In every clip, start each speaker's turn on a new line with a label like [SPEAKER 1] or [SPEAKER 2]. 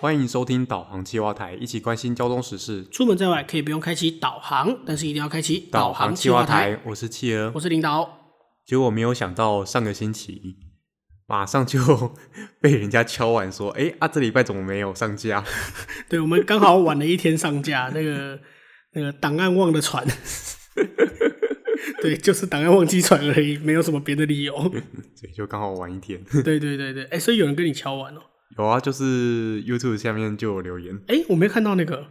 [SPEAKER 1] 欢迎收听导航计划台，一起关心交通时事。
[SPEAKER 2] 出门在外可以不用开启导航，但是一定要开启航
[SPEAKER 1] 计
[SPEAKER 2] 划
[SPEAKER 1] 划。台，我是企鹅
[SPEAKER 2] 我。是领导，
[SPEAKER 1] 结果没有想到上个星期一，马上就被人家敲完说：“哎、啊，这礼拜怎么没有上架
[SPEAKER 2] 对我们刚好晚了一天上架，那个那个档案忘了传， 对，就是档案忘记传而已，没有什么别的理由。？”
[SPEAKER 1] 所以就刚好晚一天。
[SPEAKER 2] 对对对对，哎、所以有人跟你敲完哦、
[SPEAKER 1] 有啊，就是 YouTube 下面就有留言，
[SPEAKER 2] 哎、我没有看到那个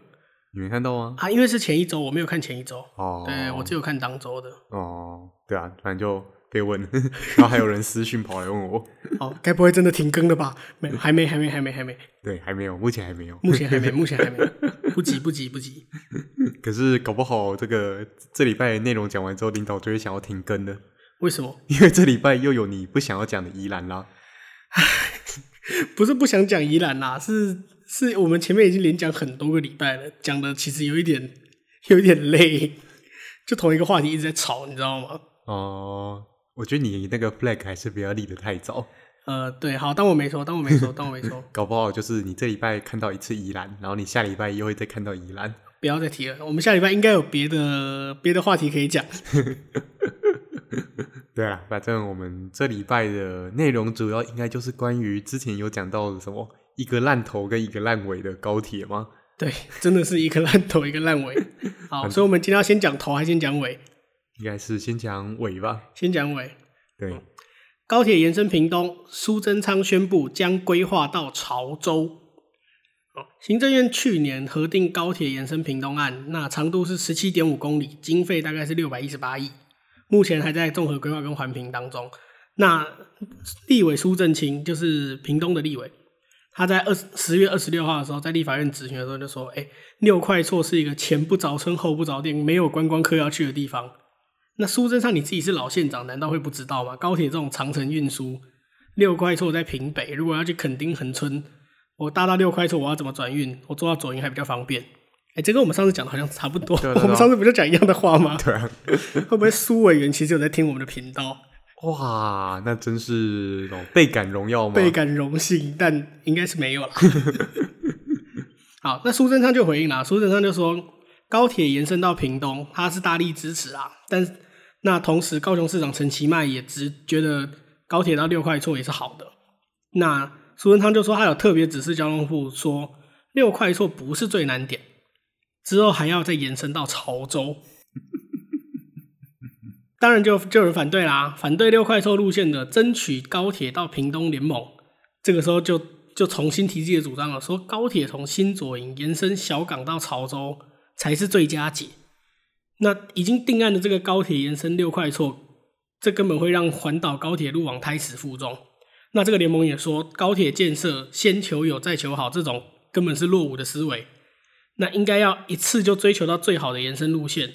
[SPEAKER 1] 你没看到吗？
[SPEAKER 2] 啊，因为是前一周，我没有看前一周，
[SPEAKER 1] 哦，
[SPEAKER 2] 对我只有看当周的。
[SPEAKER 1] 哦，对啊，反正就被问， 然后还有人私讯跑来问我，
[SPEAKER 2] 哦，该不会真的停更了吧？没，还没，还没，还没，还没，
[SPEAKER 1] 对，还没有，目前还没有。
[SPEAKER 2] 目前还没，目前还没，不急，不急，不急。
[SPEAKER 1] 可是搞不好这个这礼拜的内容讲完之后，领导就会想要停更的，
[SPEAKER 2] 为什么？
[SPEAKER 1] 因为这礼拜又有你不想要讲的宜兰啦。
[SPEAKER 2] 不是不想讲宜兰啦，是是我们前面已经连讲很多个礼拜了，讲的其实有一点 有一点累，就同一个话题一直在吵，你知道吗？
[SPEAKER 1] 哦、我觉得你那个 flag 还是不要立得太早，
[SPEAKER 2] 呃，对，好，当我没说，当我没说，当我没说，
[SPEAKER 1] 搞不好就是你这礼拜看到一次宜兰，然后你下礼拜又会再看到宜兰。
[SPEAKER 2] 不要再提了。我们下礼拜应该有别的别的话题可以讲。
[SPEAKER 1] 对啊，反正我们这礼拜的内容主要应该就是关于之前有讲到的什么一个烂头跟一个烂尾的高铁吗？
[SPEAKER 2] 对，真的是一个烂头一个烂尾。好，所以我们今天要先讲头，还先讲尾？
[SPEAKER 1] 应该是先讲尾吧。
[SPEAKER 2] 先讲尾。
[SPEAKER 1] 对，
[SPEAKER 2] 高铁延伸屏东，苏贞昌宣布将规划到潮州。哦行政院去年核定高铁延伸屏东案，那长度是十七点五公里，经费大概是六百一十八亿，目前还在综合规划跟环评当中。那立委苏正清就是屏东的立委，他在二十月二十六号的时候，在立法院质询的时候就说：“哎、六块厝是一个前不着村后不着店，没有观光客要去的地方。”那苏贞昌你自己是老县长，难道会不知道吗？高铁这种长程运输，六块厝在平北，如果要去垦丁恒春，我搭到六块厝，我要怎么转运？我坐到左营还比较方便。哎、这跟我们上次讲的好像差不多。
[SPEAKER 1] 对啊对啊
[SPEAKER 2] 我们上次不就讲一样的话吗？
[SPEAKER 1] 对啊，
[SPEAKER 2] 会不会苏委员其实有在听我们的频道？
[SPEAKER 1] 哇，那真是那种倍感荣耀吗？
[SPEAKER 2] 倍感荣幸，但应该是没有了。 好，那苏贞昌就回应啦，苏贞昌就说高铁延伸到屏东，他是大力支持啊，但是那同时高雄市长陈其迈也只觉得高铁到六块厝也是好的。那苏贞昌就说他有特别指示交通部说六块厝不是最难点，之后还要再延伸到潮州。当然就就有人反对啦，反对六块臭路线的争取高铁到屏东联盟，这个时候就就重新提自己的主张了，说高铁从新左营延伸小港到潮州才是最佳解。那已经定案的这个高铁延伸六块错，这根本会让环岛高铁路网胎死腹中。那这个联盟也说，高铁建设先求有再求好，这种根本是落伍的思维。那应该要一次就追求到最好的延伸路线，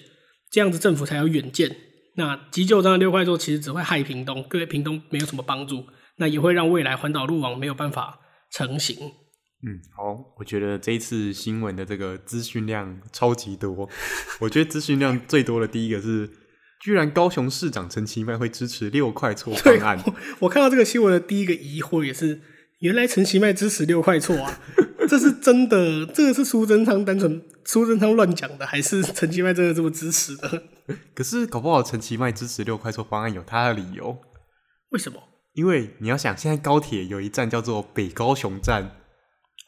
[SPEAKER 2] 这样子政府才有远见。那急救章的六块座其实只会害屏东，对屏东没有什么帮助，那也会让未来环岛路网没有办法成型。
[SPEAKER 1] 嗯，好，我觉得这一次新闻的这个资讯量超级多。我觉得资讯量最多的第一个是，居然高雄市长陈其迈会支持六块错方案。
[SPEAKER 2] 我看到这个新闻的第一个疑惑也是，原来陈其迈支持六块错啊， 这是真的？这个是苏贞昌单纯苏贞昌乱讲的，还是陈其迈真的这么支持的？
[SPEAKER 1] 可是搞不好陈其迈支持六块错方案有他的理由，
[SPEAKER 2] 为什么？
[SPEAKER 1] 因为你要想，现在高铁有一站叫做北高雄站，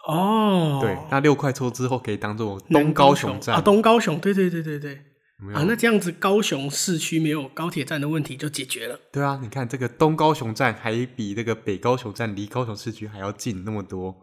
[SPEAKER 2] 哦，
[SPEAKER 1] 对，那六块错之后可以当做
[SPEAKER 2] 南
[SPEAKER 1] 东高雄站，
[SPEAKER 2] 啊，东高雄，对对对对对，
[SPEAKER 1] 有没有
[SPEAKER 2] 啊，那这样子高雄市区没有高铁站的问题就解决了。
[SPEAKER 1] 对啊，你看这个东高雄站还比这个北高雄站离高雄市区还要近那么多，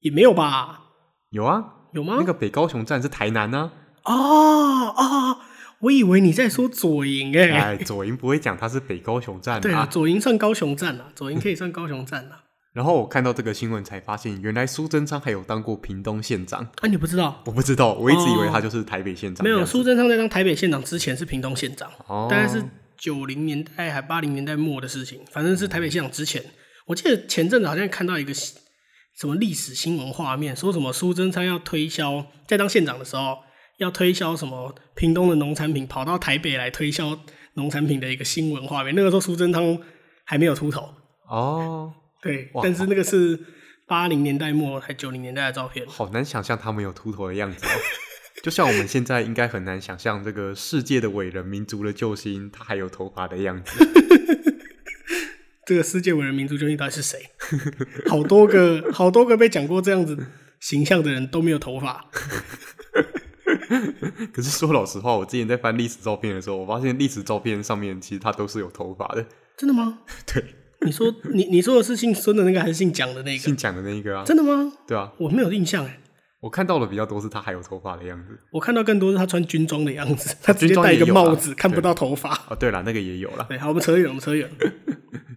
[SPEAKER 2] 也没有吧？
[SPEAKER 1] 有啊，
[SPEAKER 2] 有吗？
[SPEAKER 1] 那个北高雄站是台南啊呢、
[SPEAKER 2] 哦哦，我以为你在说左营哎、
[SPEAKER 1] 哎，左营不会讲它是北高雄站
[SPEAKER 2] 对啊，
[SPEAKER 1] 啊。
[SPEAKER 2] 左营算高雄站啦， 左营可以算高雄站啊啦。
[SPEAKER 1] 然后我看到这个新闻才发现，原来苏贞昌还有当过屏东县长，
[SPEAKER 2] 啊，你不知道？
[SPEAKER 1] 我不知道，我一直以为他就是台北县长
[SPEAKER 2] 哦没
[SPEAKER 1] 这
[SPEAKER 2] 有，
[SPEAKER 1] 样子。
[SPEAKER 2] 苏贞昌在当台北县长之前是屏东县长，
[SPEAKER 1] 哦，
[SPEAKER 2] 大概是九零年代还八零年代末的事情，反正是台北县长之前。我记得前阵子好像看到一个新什么历史新闻画面，说什么苏贞昌要推销，在当县长的时候要推销什么屏东的农产品，跑到台北来推销农产品的一个新闻画面。那个时候苏贞昌还没有出头，
[SPEAKER 1] 哦，
[SPEAKER 2] 对
[SPEAKER 1] 哇，
[SPEAKER 2] 但是那个是八零年代末还九零年代的照片。
[SPEAKER 1] 好难想象他们有秃头的样子哦。就像我们现在应该很难想象这个世界的伟人、民族的救星，他还有头发的样子。
[SPEAKER 2] 这个世界伟人民族究竟到底 是谁？好多个，好多个被讲过这样子形象的人都没有头发。
[SPEAKER 1] 可是说老实话，我之前在翻历史照片的时候，我发现历史照片上面其实他都是有头发的。
[SPEAKER 2] 真的吗？
[SPEAKER 1] 对，
[SPEAKER 2] 你说你你说的是姓孙的那个还是姓蒋的那个？
[SPEAKER 1] 姓蒋的那一个啊，
[SPEAKER 2] 真的吗？
[SPEAKER 1] 对啊，
[SPEAKER 2] 我没有印象哎，
[SPEAKER 1] 我看到的比较多是他还有头发的样子。
[SPEAKER 2] 我看到更多是他穿军装的样子，他直接
[SPEAKER 1] 军装
[SPEAKER 2] 戴
[SPEAKER 1] 也
[SPEAKER 2] 一个
[SPEAKER 1] 有啊
[SPEAKER 2] 帽子，看不到头发。
[SPEAKER 1] 哦，对了，那个也有啦。
[SPEAKER 2] 对，好，我们扯远了，我们扯远了。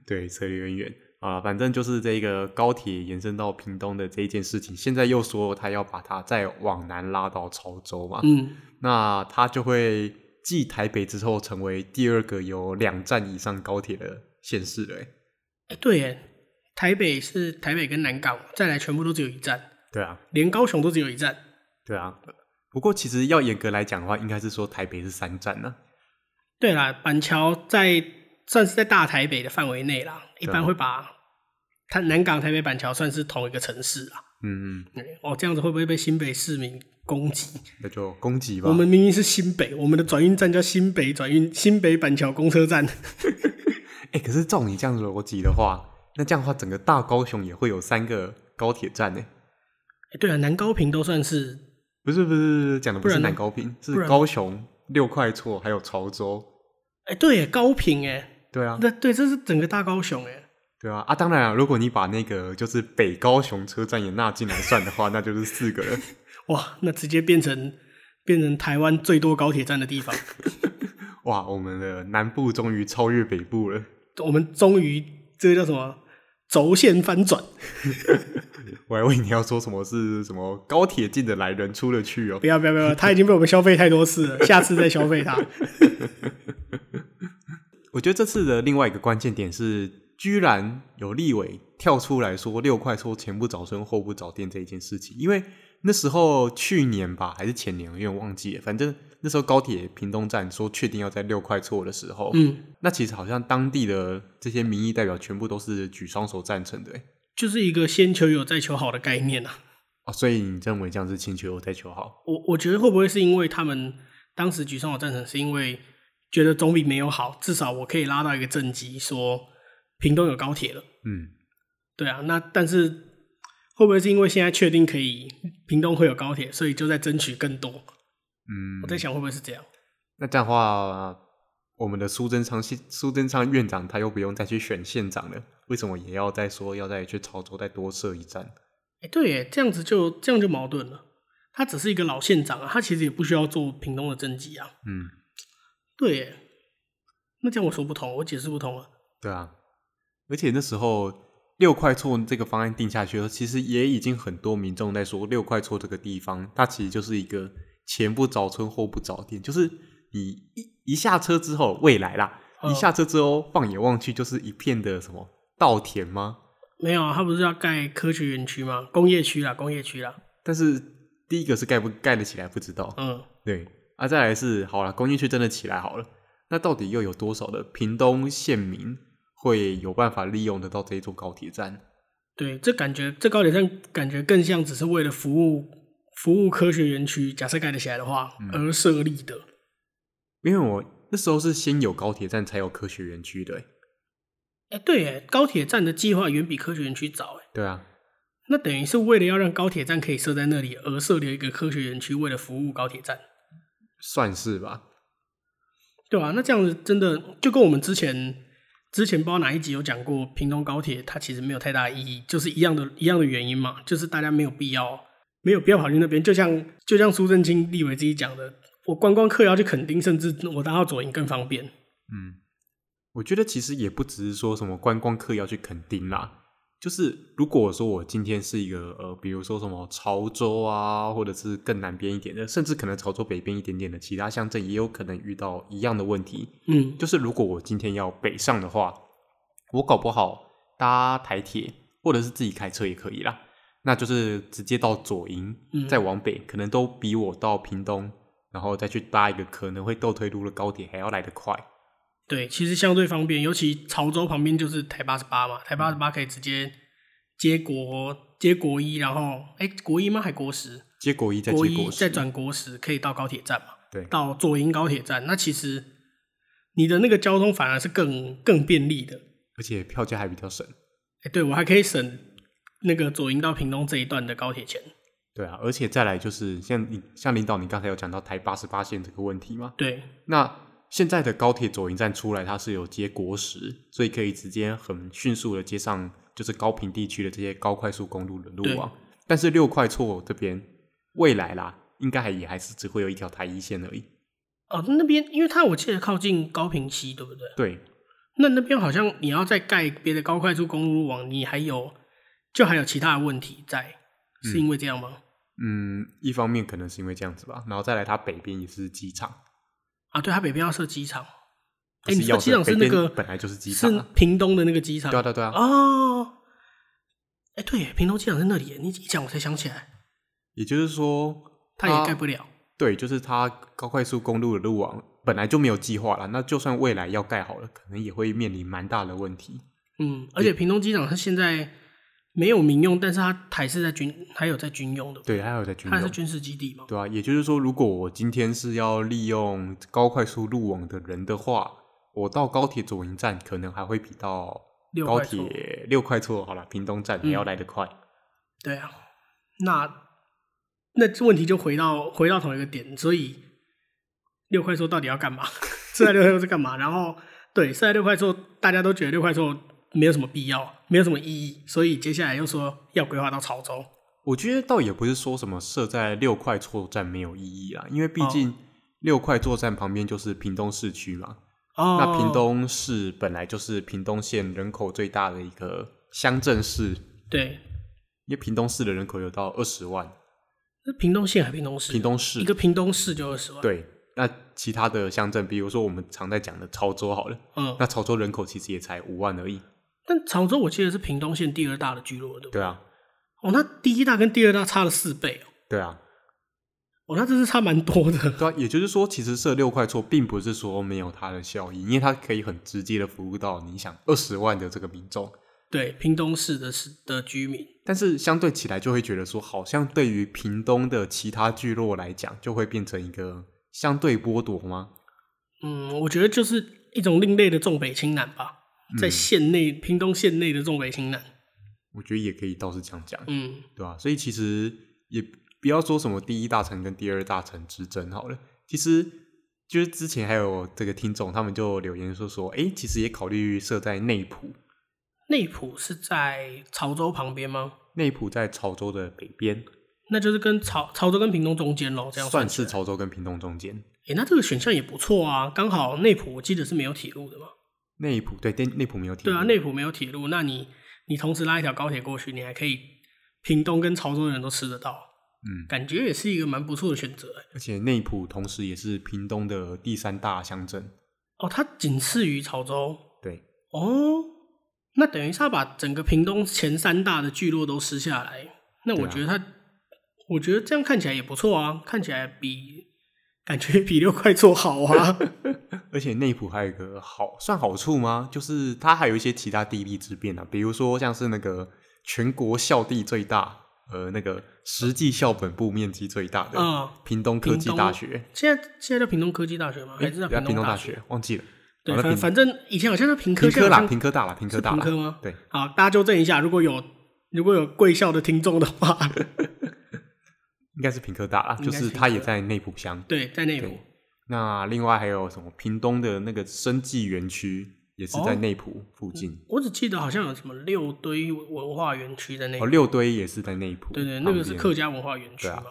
[SPEAKER 1] 对，扯得有点远啊。反正就是这个高铁延伸到屏东的这一件事情，现在又说他要把它再往南拉到潮州嘛，
[SPEAKER 2] 嗯，
[SPEAKER 1] 那它就会继台北之后成为第二个有两站以上高铁的县市了欸。
[SPEAKER 2] 哎对哎，台北是台北跟南港，再来全部都只有一站，
[SPEAKER 1] 对啊，
[SPEAKER 2] 连高雄都只有一站。
[SPEAKER 1] 对啊。不过其实要严格来讲的话，应该是说台北是三站呢、
[SPEAKER 2] 对啦，板桥在算是在大台北的范围内啦，一
[SPEAKER 1] 对
[SPEAKER 2] 般
[SPEAKER 1] 啊
[SPEAKER 2] 会把它南港、台北、板桥算是同一个城市啊。
[SPEAKER 1] 嗯，
[SPEAKER 2] 对哦，这样子会不会被新北市民攻击？
[SPEAKER 1] 那就攻击吧
[SPEAKER 2] 我。们明明是新北，我们的转运站叫新北转运新北板桥公车站，
[SPEAKER 1] 哎、可是照你这样的逻辑的话，那这样的话，整个大高雄也会有三个高铁站欸呢、
[SPEAKER 2] 对啊，南高平都算是，
[SPEAKER 1] 不是不是不是，讲的不
[SPEAKER 2] 不然
[SPEAKER 1] 是
[SPEAKER 2] 呢
[SPEAKER 1] 南高平，是
[SPEAKER 2] 不然呢
[SPEAKER 1] 高雄六块厝还有潮州。
[SPEAKER 2] 哎、对耶，高平哎，
[SPEAKER 1] 对啊，
[SPEAKER 2] 那对，这是整个大高雄哎，
[SPEAKER 1] 对啊啊！当然啊，如果你把那个就是北高雄车站也纳进来算的话，那 就是四个了。
[SPEAKER 2] 哇，那直接变成变成台湾最多高铁站的地方，
[SPEAKER 1] 哇，我们的南部终于超越北部了。
[SPEAKER 2] 我们终于这个叫什么轴线翻转，
[SPEAKER 1] 我还以为你要说什么是什么高铁进得来人出得去哦
[SPEAKER 2] 不。要不要 不要，他已经被我们消费太多次了，下次再消费他。
[SPEAKER 1] 我觉得这次的另外一个关键点是，居然有立委跳出来说六块说前不着村后不着店这一件事情，因为那时候去年吧还是前年，我有点忘记了，反正那时候高铁屏东站说确定要在六块错的时候，
[SPEAKER 2] 嗯，
[SPEAKER 1] 那其实好像当地的这些民意代表全部都是举双手赞成的欸。
[SPEAKER 2] 就是一个先求有再求好的概念啊。
[SPEAKER 1] 哦，所以你认为这样是请求我再求好？
[SPEAKER 2] 我我觉得会不会是因为他们当时举双手赞成，是因为觉得总比没有好，至少我可以拉到一个政绩，说屏东有高铁了。
[SPEAKER 1] 嗯，
[SPEAKER 2] 对啊，那但是会不会是因为现在确定可以屏东会有高铁，所以就在争取更多？
[SPEAKER 1] 嗯
[SPEAKER 2] 我在想会不会是这样？
[SPEAKER 1] 那这样的话，我们的苏贞昌县苏贞昌院长他又不用再去选县长了，为什么也要再说要再去潮州再多设一站？
[SPEAKER 2] 哎、对耶，这样子就这样就矛盾了。他只是一个老县长啊，他其实也不需要做屏东的政绩啊。
[SPEAKER 1] 嗯，
[SPEAKER 2] 对耶，那这样我说不通，我解释不通了。
[SPEAKER 1] 对啊。而且那时候六块厝这个方案定下去的时候，其实也已经很多民众在说六块厝这个地方，它其实就是一个前不着村后不着店，就是你一一下车之后，未来啦，
[SPEAKER 2] 嗯
[SPEAKER 1] 一下车之后放眼望去就是一片的什么稻田吗？
[SPEAKER 2] 没有啊，他不是要盖科学园区吗？工业区啦，工业区啦。
[SPEAKER 1] 但是第一个是盖不盖得起来不知道，
[SPEAKER 2] 嗯，
[SPEAKER 1] 对啊，再来是好了，工业区真的起来好了，那到底又有多少的屏东县民会有办法利用得到这一座高铁站？
[SPEAKER 2] 对，这感觉这高铁站感觉更像只是为了服务服务科学园区，假设盖得起来的话、而设立的。
[SPEAKER 1] 因为我那时候是先有高铁站才有科学园区的欸、
[SPEAKER 2] 哎，对耶，高铁站的计划远比科学园区早哎，
[SPEAKER 1] 对啊，
[SPEAKER 2] 那等于是为了要让高铁站可以设在那里而设立一个科学园区，为了服务高铁站，
[SPEAKER 1] 算是吧。
[SPEAKER 2] 对啊，那这样子真的就跟我们之前之前不知道哪一集有讲过，屏东高铁它其实没有太大的意义，就是一样的一样的原因嘛，就是大家没有必要没有必要跑去那边，就像就像苏正清立委自己讲的，我观光客要去垦丁，甚至我搭到左营更方便。
[SPEAKER 1] 嗯，我觉得其实也不只是说什么观光客要去垦丁啦，就是如果说我今天是一个呃，比如说什么潮州啊，或者是更南边一点的，甚至可能潮州北边一点点的其他乡镇，也有可能遇到一样的问题。
[SPEAKER 2] 嗯，
[SPEAKER 1] 就是如果我今天要北上的话，我搞不好搭台铁或者是自己开车也可以啦。那就是直接到左营，
[SPEAKER 2] 嗯
[SPEAKER 1] 再往北，可能都比我到屏东，然后再去搭一个可能会倒退路的高铁还要来得快。
[SPEAKER 2] 对，其实相对方便，尤其潮州旁边就是台八十八嘛，台八十八可以直接接国接国一，然后哎、国一吗？还国十？
[SPEAKER 1] 接国一再
[SPEAKER 2] 国
[SPEAKER 1] 接
[SPEAKER 2] 一
[SPEAKER 1] 国
[SPEAKER 2] 再
[SPEAKER 1] 十，
[SPEAKER 2] 转国十可以到高铁站嘛？
[SPEAKER 1] 对
[SPEAKER 2] 到左营高铁站，那其实你的那个交通反而是更更便利的。
[SPEAKER 1] 而且票价还比较省。
[SPEAKER 2] 哎，对我还可以省那个左营到屏东这一段的高铁钱。
[SPEAKER 1] 对啊，而且再来就是像你像领导，你刚才有讲到台八十八线这个问题嘛？
[SPEAKER 2] 对，
[SPEAKER 1] 那现在的高铁左营站出来，它是有接国十，所以可以直接很迅速的接上就是高平地区的这些高快速公路的路网。但是六块厝这边未来啦，应该还也还是只会有一条台一线而已。
[SPEAKER 2] 哦，那边因为它我记得靠近高屏溪，对不对？
[SPEAKER 1] 对，
[SPEAKER 2] 那那边好像你要再盖别的高快速公路网，你还有就还有其他的问题在，是因为这样吗？
[SPEAKER 1] 嗯，一方面可能是因为这样子吧，然后再来它北边也是机场，
[SPEAKER 2] 啊，对，它北边要设机场。哎、
[SPEAKER 1] 不
[SPEAKER 2] 你
[SPEAKER 1] 是
[SPEAKER 2] 说
[SPEAKER 1] 要
[SPEAKER 2] 机
[SPEAKER 1] 设
[SPEAKER 2] 场是
[SPEAKER 1] 北
[SPEAKER 2] 那
[SPEAKER 1] 边
[SPEAKER 2] 个
[SPEAKER 1] 本来就是机场啊
[SPEAKER 2] 是屏东的那个机场。
[SPEAKER 1] 对啊对啊对啊，
[SPEAKER 2] 哦，哎、对耶，屏东机场在那里耶，你一讲我才想起来，
[SPEAKER 1] 也就是说
[SPEAKER 2] 它
[SPEAKER 1] 哦
[SPEAKER 2] 也盖不了。
[SPEAKER 1] 对，就是它高快速公路的路网本来就没有计划啦，那就算未来要盖好了，可能也会面临蛮大的问题。
[SPEAKER 2] 嗯，而且屏东机场它现在没有民用，但是它还是在军，还有在军用的，
[SPEAKER 1] 对，还有在军
[SPEAKER 2] 它还是
[SPEAKER 1] 用，
[SPEAKER 2] 军事基地嘛。
[SPEAKER 1] 对啊，也就是说，如果我今天是要利用高快速路网的人的话，我到高铁左营站可能还会比到
[SPEAKER 2] 六
[SPEAKER 1] 高
[SPEAKER 2] 块厝
[SPEAKER 1] 铁六块错好了，屏东站还要来得快。
[SPEAKER 2] 对啊，那那这问题就回到回到同一个点，所以六块说到底要干嘛？四代六块说是干嘛？然后对四代六块说，大家都觉得六块说没有什么必要，没有什么意义，所以接下来又说要规划到潮州。
[SPEAKER 1] 我觉得倒也不是说什么设在六块错站没有意义啦，因为毕竟六块错站旁边就是屏东市区嘛。
[SPEAKER 2] 哦
[SPEAKER 1] 那屏东市本来就是屏东县人口最大的一个乡镇市，
[SPEAKER 2] 对，
[SPEAKER 1] 因为屏东市的人口有到二十万，
[SPEAKER 2] 那屏东县还屏东市，啊
[SPEAKER 1] 屏东
[SPEAKER 2] 一
[SPEAKER 1] 市
[SPEAKER 2] 个屏东市就二十万。，
[SPEAKER 1] 对。那其他的乡镇，比如说我们常在讲的潮州好了，
[SPEAKER 2] 嗯，
[SPEAKER 1] 那潮州人口其实也才五万而已。
[SPEAKER 2] 但潮州我记得是屏东县第二大的聚落，对不
[SPEAKER 1] 对
[SPEAKER 2] 对？
[SPEAKER 1] 啊，
[SPEAKER 2] 哦，那第一大跟第二大差了四倍哦，
[SPEAKER 1] 对啊，
[SPEAKER 2] 哦，那这是差蛮多的。
[SPEAKER 1] 对啊。也就是说，其实设六块厝并不是说没有它的效益，因为它可以很直接的服务到你想二十万的这个民众。
[SPEAKER 2] 对，屏东市的市的居民，
[SPEAKER 1] 但是相对起来，就会觉得说，好像对于屏东的其他聚落来讲，就会变成一个相对剥夺吗？
[SPEAKER 2] 嗯，我觉得就是一种另类的重北轻南吧，
[SPEAKER 1] 嗯
[SPEAKER 2] 在县内、屏东县内的重北轻南。
[SPEAKER 1] 我觉得也可以倒是这样讲，
[SPEAKER 2] 嗯，
[SPEAKER 1] 对吧、所以其实也不要说什么第一大城跟第二大城之争好了，其实就是之前还有这个听众他们就留言说说，诶，其实也考虑设在内埔，
[SPEAKER 2] 内埔是在潮州旁边吗？
[SPEAKER 1] 内埔在潮州的北边，
[SPEAKER 2] 那就是跟潮潮州跟屏东中间咯，这样
[SPEAKER 1] 算
[SPEAKER 2] 起
[SPEAKER 1] 是
[SPEAKER 2] 来。
[SPEAKER 1] 潮州跟屏东中间。
[SPEAKER 2] 诶、那这个选项也不错啊，刚好内埔我记得是没有铁路的嘛。
[SPEAKER 1] 内埔对，内内埔没有提
[SPEAKER 2] 对啊，
[SPEAKER 1] 过
[SPEAKER 2] 内埔没有铁路，那你你同时拉一条高铁过去，你还可以屏东跟潮州的人都吃得到，
[SPEAKER 1] 嗯，
[SPEAKER 2] 感觉也是一个蛮不错的选择欸。
[SPEAKER 1] 而且内埔同时也是屏东的第三大乡镇。
[SPEAKER 2] 哦，它仅次于潮州，
[SPEAKER 1] 对，
[SPEAKER 2] 哦，那等于是他把整个屏东前三大的聚落都吃下来。那我
[SPEAKER 1] 对啊
[SPEAKER 2] 觉得他，我觉得这样看起来也不错啊，看起来比感觉比六块做好啊。
[SPEAKER 1] 而且内埔还有一个好算好处吗？就是它还有一些其他地利之便啊，比如说像是那个全国校地最大，呃，那个实际校本部面积最大的、
[SPEAKER 2] 嗯
[SPEAKER 1] 屏东科技大学，
[SPEAKER 2] 现在现在叫屏东科技大学吗？还是叫
[SPEAKER 1] 诶啊
[SPEAKER 2] 屏
[SPEAKER 1] 屏
[SPEAKER 2] 东
[SPEAKER 1] 东
[SPEAKER 2] 大
[SPEAKER 1] 大
[SPEAKER 2] 学？
[SPEAKER 1] 学？忘记了，
[SPEAKER 2] 对，
[SPEAKER 1] 好那
[SPEAKER 2] 反
[SPEAKER 1] 屏
[SPEAKER 2] 反正以前好像叫屏科，
[SPEAKER 1] 屏
[SPEAKER 2] 现在
[SPEAKER 1] 科
[SPEAKER 2] 好
[SPEAKER 1] 啦，
[SPEAKER 2] 像
[SPEAKER 1] 屏科大啦，屏科
[SPEAKER 2] 是
[SPEAKER 1] 大
[SPEAKER 2] 屏科
[SPEAKER 1] 啦，
[SPEAKER 2] 吗？
[SPEAKER 1] 对，
[SPEAKER 2] 好，大家纠正一下，如果有如果有贵校的听众的 话，
[SPEAKER 1] 应该是屏科大啦，
[SPEAKER 2] 应
[SPEAKER 1] 就
[SPEAKER 2] 该是
[SPEAKER 1] 是
[SPEAKER 2] 屏
[SPEAKER 1] 它也
[SPEAKER 2] 科
[SPEAKER 1] 在内埔乡。
[SPEAKER 2] 对，在内
[SPEAKER 1] 对
[SPEAKER 2] 湖。
[SPEAKER 1] 那另外还有什么屏东的那个生技园区也是
[SPEAKER 2] 哦
[SPEAKER 1] 在内埔附近，
[SPEAKER 2] 我只记得好像有什么六堆文化园区在内
[SPEAKER 1] 哦，
[SPEAKER 2] 湖，
[SPEAKER 1] 六堆也是在内埔，
[SPEAKER 2] 对对，那个
[SPEAKER 1] 旁
[SPEAKER 2] 是
[SPEAKER 1] 边
[SPEAKER 2] 客家文化园区
[SPEAKER 1] 对啊
[SPEAKER 2] 嘛。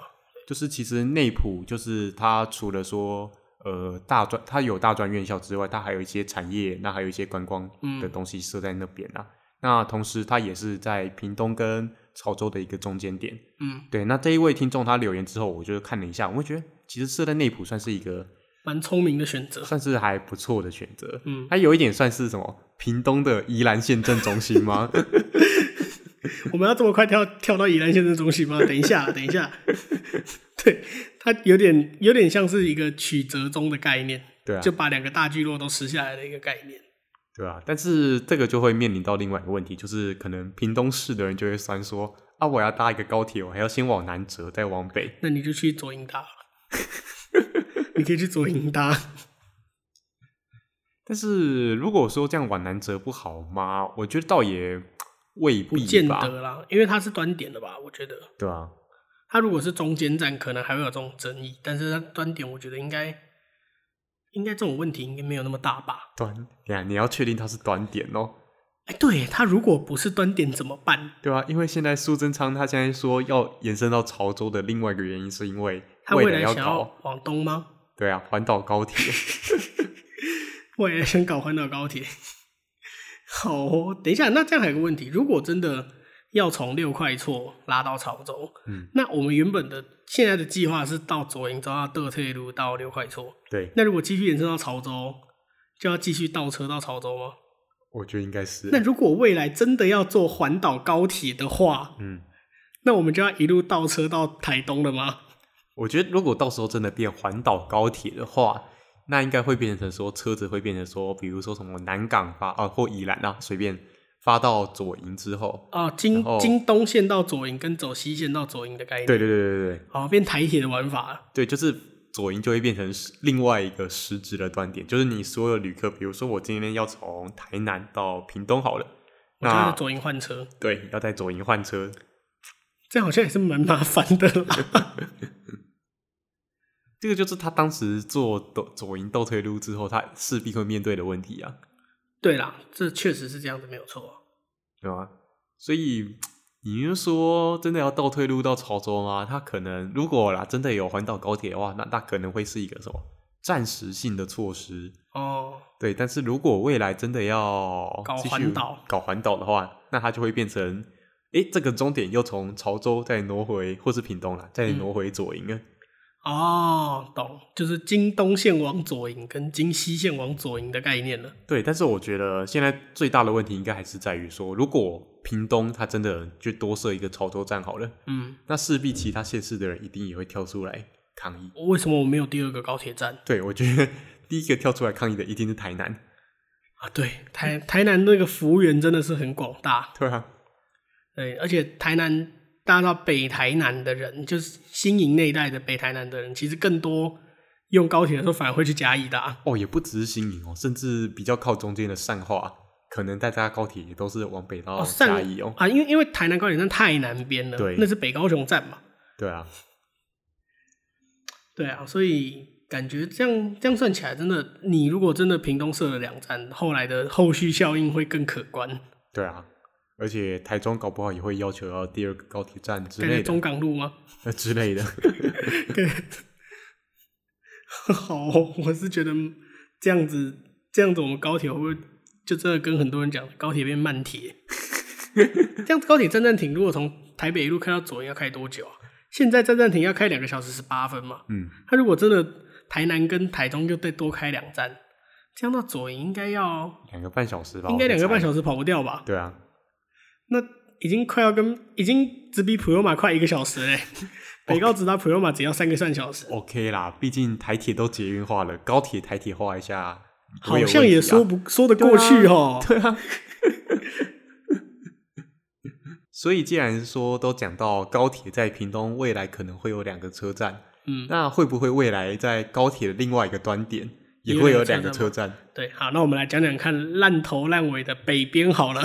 [SPEAKER 1] 就是其实内埔就是它除了说呃大专，它有大专院校之外，它还有一些产业，那还有一些观光
[SPEAKER 2] 嗯
[SPEAKER 1] 的东西设在那边啊。那同时它也是在屏东跟潮州的一个中间点。
[SPEAKER 2] 嗯，
[SPEAKER 1] 对，那这一位听众他留言之后，我就看了一下，我会觉得其实设在内埔算是一个
[SPEAKER 2] 蛮聪明的选择。
[SPEAKER 1] 算是还不错的选择。
[SPEAKER 2] 嗯，
[SPEAKER 1] 它有一点算是什么屏东的宜兰县政中心吗？
[SPEAKER 2] 我们要这么快跳跳到宜兰县政中 心吗？等一下，等一下， 对，它有点有点像是一个曲折中的概念，
[SPEAKER 1] 对啊，
[SPEAKER 2] 就把两个大聚落都吃下来的一个概念。
[SPEAKER 1] 对吧、但是这个就会面临到另外一个问题，就是可能屏东市的人就会酸说啊，我要搭一个高铁，我还要先往南折，再往北。
[SPEAKER 2] 那你就去左营 搭，你可以去左营搭。
[SPEAKER 1] 但是如果说这样往南折不好吗？我觉得倒也未
[SPEAKER 2] 不
[SPEAKER 1] 必
[SPEAKER 2] 见
[SPEAKER 1] 吧，
[SPEAKER 2] 得啦，因为它是端点的吧？我觉得
[SPEAKER 1] 对啊吧、
[SPEAKER 2] 它如果是中间站，可能还会有这种争议，但是它端点，我觉得应该应该这种问题应该没有那么大吧？
[SPEAKER 1] 端，你看你要确定它是端点哦，
[SPEAKER 2] 哎、对，它如果不是端点怎么办？
[SPEAKER 1] 对啊吧、因为现在苏贞昌他现在说要延伸到潮州的另外一个原因，是因为
[SPEAKER 2] 它
[SPEAKER 1] 未
[SPEAKER 2] 未
[SPEAKER 1] 来
[SPEAKER 2] 来
[SPEAKER 1] 要
[SPEAKER 2] 想
[SPEAKER 1] 搞
[SPEAKER 2] 要往东吗？
[SPEAKER 1] 对啊环岛高铁，
[SPEAKER 2] 未来想搞环岛高铁？ 好哦、等一下，那这样还有个问题，如果真的要从六块厝拉到潮州，
[SPEAKER 1] 嗯，
[SPEAKER 2] 那我们原本的现在的计划是到左营，走到德退路到六块厝，
[SPEAKER 1] 对，
[SPEAKER 2] 那如果继续延伸到潮州，就要继续倒车到潮州吗？
[SPEAKER 1] 我觉得应该是
[SPEAKER 2] 那，如果未来真的要坐环岛高铁的话，
[SPEAKER 1] 嗯，
[SPEAKER 2] 那我们就要一路倒车到台东了吗？
[SPEAKER 1] 我觉得如果到时候真的变环岛高铁的话，那应该会变成说车子会变成说，比如说什么南港发啊或宜兰啊，随便发到左营之后，
[SPEAKER 2] 啊，京
[SPEAKER 1] 然后
[SPEAKER 2] 京东线到左营跟走西线到左营的概念，
[SPEAKER 1] 对对对对对对
[SPEAKER 2] 好变台铁的玩法了。
[SPEAKER 1] 对，就是左营就会变成是另外一个实质的端点，就是你所有旅客，比如说我今天要从台南到屏东好了，
[SPEAKER 2] 我就要
[SPEAKER 1] 那
[SPEAKER 2] 在左营换车，
[SPEAKER 1] 对要在左营换车，
[SPEAKER 2] 这好像也是蛮麻烦的 啦。
[SPEAKER 1] 这个就是他当时做左左营倒退路之后，他势必会面对的问题啊，
[SPEAKER 2] 对啦，这确实是这样子，没有错。
[SPEAKER 1] 对吗？所以你就说真的要倒退路到潮州吗？他可能如果啦真的有环岛高铁的话，那那可能会是一个什么暂时性的措施，
[SPEAKER 2] 哦，
[SPEAKER 1] 对，但是如果未来真的要
[SPEAKER 2] 搞
[SPEAKER 1] 继续
[SPEAKER 2] 环岛
[SPEAKER 1] 搞环岛的话，那它就会变成，诶，这个终点又从潮州再挪回，或是屏东啦，再
[SPEAKER 2] 嗯
[SPEAKER 1] 挪回左营啊。
[SPEAKER 2] 哦，懂，就是京东线往左营跟京西线往左营的概念了。
[SPEAKER 1] 对，但是我觉得现在最大的问题应该还是在于说，如果屏东它真的就多设一个潮州站好了，
[SPEAKER 2] 嗯，
[SPEAKER 1] 那势必其他县市的人一定也会跳出来抗议。
[SPEAKER 2] 为什么我没有第二个高铁站
[SPEAKER 1] 对，我觉得第一个跳出来抗议的一定是台南。
[SPEAKER 2] 啊？对，台台南那个服务员真的是很广大，
[SPEAKER 1] 对啊，
[SPEAKER 2] 对，而且台南大家知道北台南的人，就是新营那一带的北台南的人，其实更多用高铁的时候反而会去嘉义的、啊。
[SPEAKER 1] 哦，也不只是新营哦，甚至比较靠中间的善化，可能大家高铁也都是往北到
[SPEAKER 2] 上
[SPEAKER 1] 嘉义哦。
[SPEAKER 2] 啊，因为因为台南高铁站太南边了，
[SPEAKER 1] 对
[SPEAKER 2] 那是北高雄站嘛，
[SPEAKER 1] 对啊，
[SPEAKER 2] 对啊，所以感觉这样这样算起来，真的，你如果真的屏东设了两站，后来的后续效应会更可观。
[SPEAKER 1] 对啊，而且台中搞不好也会要求要第二个高铁站之
[SPEAKER 2] 对，
[SPEAKER 1] 类的
[SPEAKER 2] 中港路吗？
[SPEAKER 1] 呃之类的。
[SPEAKER 2] 好哦，我是觉得这样子，这样子我们高铁会不会就真的跟很多人讲，高铁变慢铁？ 这样子高铁站站停，如果从台北一路开到左营要开多久啊？现在站站停要开两个小时十八分嘛。
[SPEAKER 1] 嗯，
[SPEAKER 2] 他如果真的台南跟台中就再多开两站，这样到左营应该要
[SPEAKER 1] 两个半小时吧，
[SPEAKER 2] 应该两个半
[SPEAKER 1] 时。
[SPEAKER 2] 小时跑不掉吧？
[SPEAKER 1] 对啊，
[SPEAKER 2] 那已经快要跟已经只比普悠玛快一个小时嘞、北高直达普悠玛只要三个半小时，
[SPEAKER 1] ，OK 啦，毕竟台铁都捷运化了，高铁台铁化一下，不会
[SPEAKER 2] 好
[SPEAKER 1] 有
[SPEAKER 2] 像
[SPEAKER 1] 问
[SPEAKER 2] 也
[SPEAKER 1] 题啊
[SPEAKER 2] 说不说得过去哦。
[SPEAKER 1] 对啊。 所以，既然说都讲到高铁在屏东未来可能会有两个车站，
[SPEAKER 2] 嗯
[SPEAKER 1] 那会不会未来在高铁的另外一个端点也
[SPEAKER 2] 有
[SPEAKER 1] 会有两
[SPEAKER 2] 两
[SPEAKER 1] 个
[SPEAKER 2] 个
[SPEAKER 1] 车
[SPEAKER 2] 车
[SPEAKER 1] 站？
[SPEAKER 2] 对，好，那我们来讲讲看烂头烂尾的北边好了。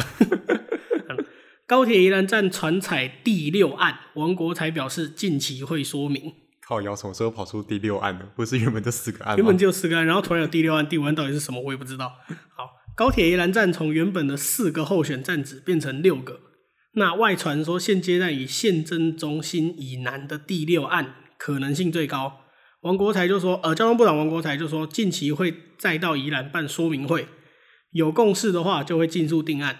[SPEAKER 2] 高铁宜兰站船采第六案，王国才表示近期会说明。
[SPEAKER 1] 靠腰，什么时候跑出第六案了？不是原本就四个案吗？
[SPEAKER 2] 原本只有四个案，然后突然有第六案、第五案，到底是什么我也不知道。好，高铁宜兰站从原本的四个候选站址变成六个。那外传说现阶段以县政中心以南的第六案可能性最高。王国才就说，呃，交通部长王国才就说，近期会再到宜兰办说明会，有共识的话就会尽速定案。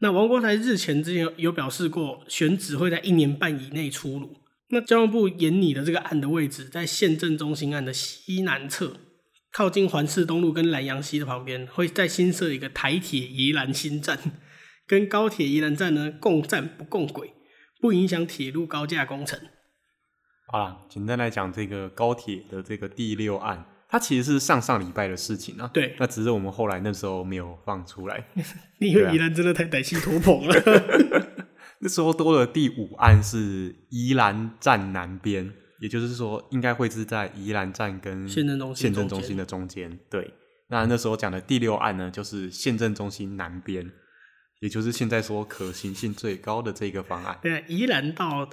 [SPEAKER 2] 那王国才日前之前有有表示过，选址会在一年半以内出炉。那交通部沿你的这个案的位置，在县政中心案的西南侧，靠近环市东路跟南阳溪的旁边，会再新设一个台铁宜兰新站，跟高铁宜兰站呢共站不共轨，不影响铁路高架工程。
[SPEAKER 1] 好啦，简单来讲，这个高铁的这个第六案，它其实是上上礼拜的事情啊。
[SPEAKER 2] 对
[SPEAKER 1] 那只是我们后来那时候没有放出来，
[SPEAKER 2] 因为
[SPEAKER 1] 对啊
[SPEAKER 2] 宜兰真的太歹戏拖棚了。
[SPEAKER 1] 那时候多了第五案是宜兰站南边，也就是说应该会是在宜兰站跟
[SPEAKER 2] 县政中心
[SPEAKER 1] 县政
[SPEAKER 2] 中
[SPEAKER 1] 中
[SPEAKER 2] 间
[SPEAKER 1] 心的中间。对，那那时候讲的第六案呢，就是县政中心南边，也就是现在说可行性最高的这个方案。
[SPEAKER 2] 对啊，宜兰到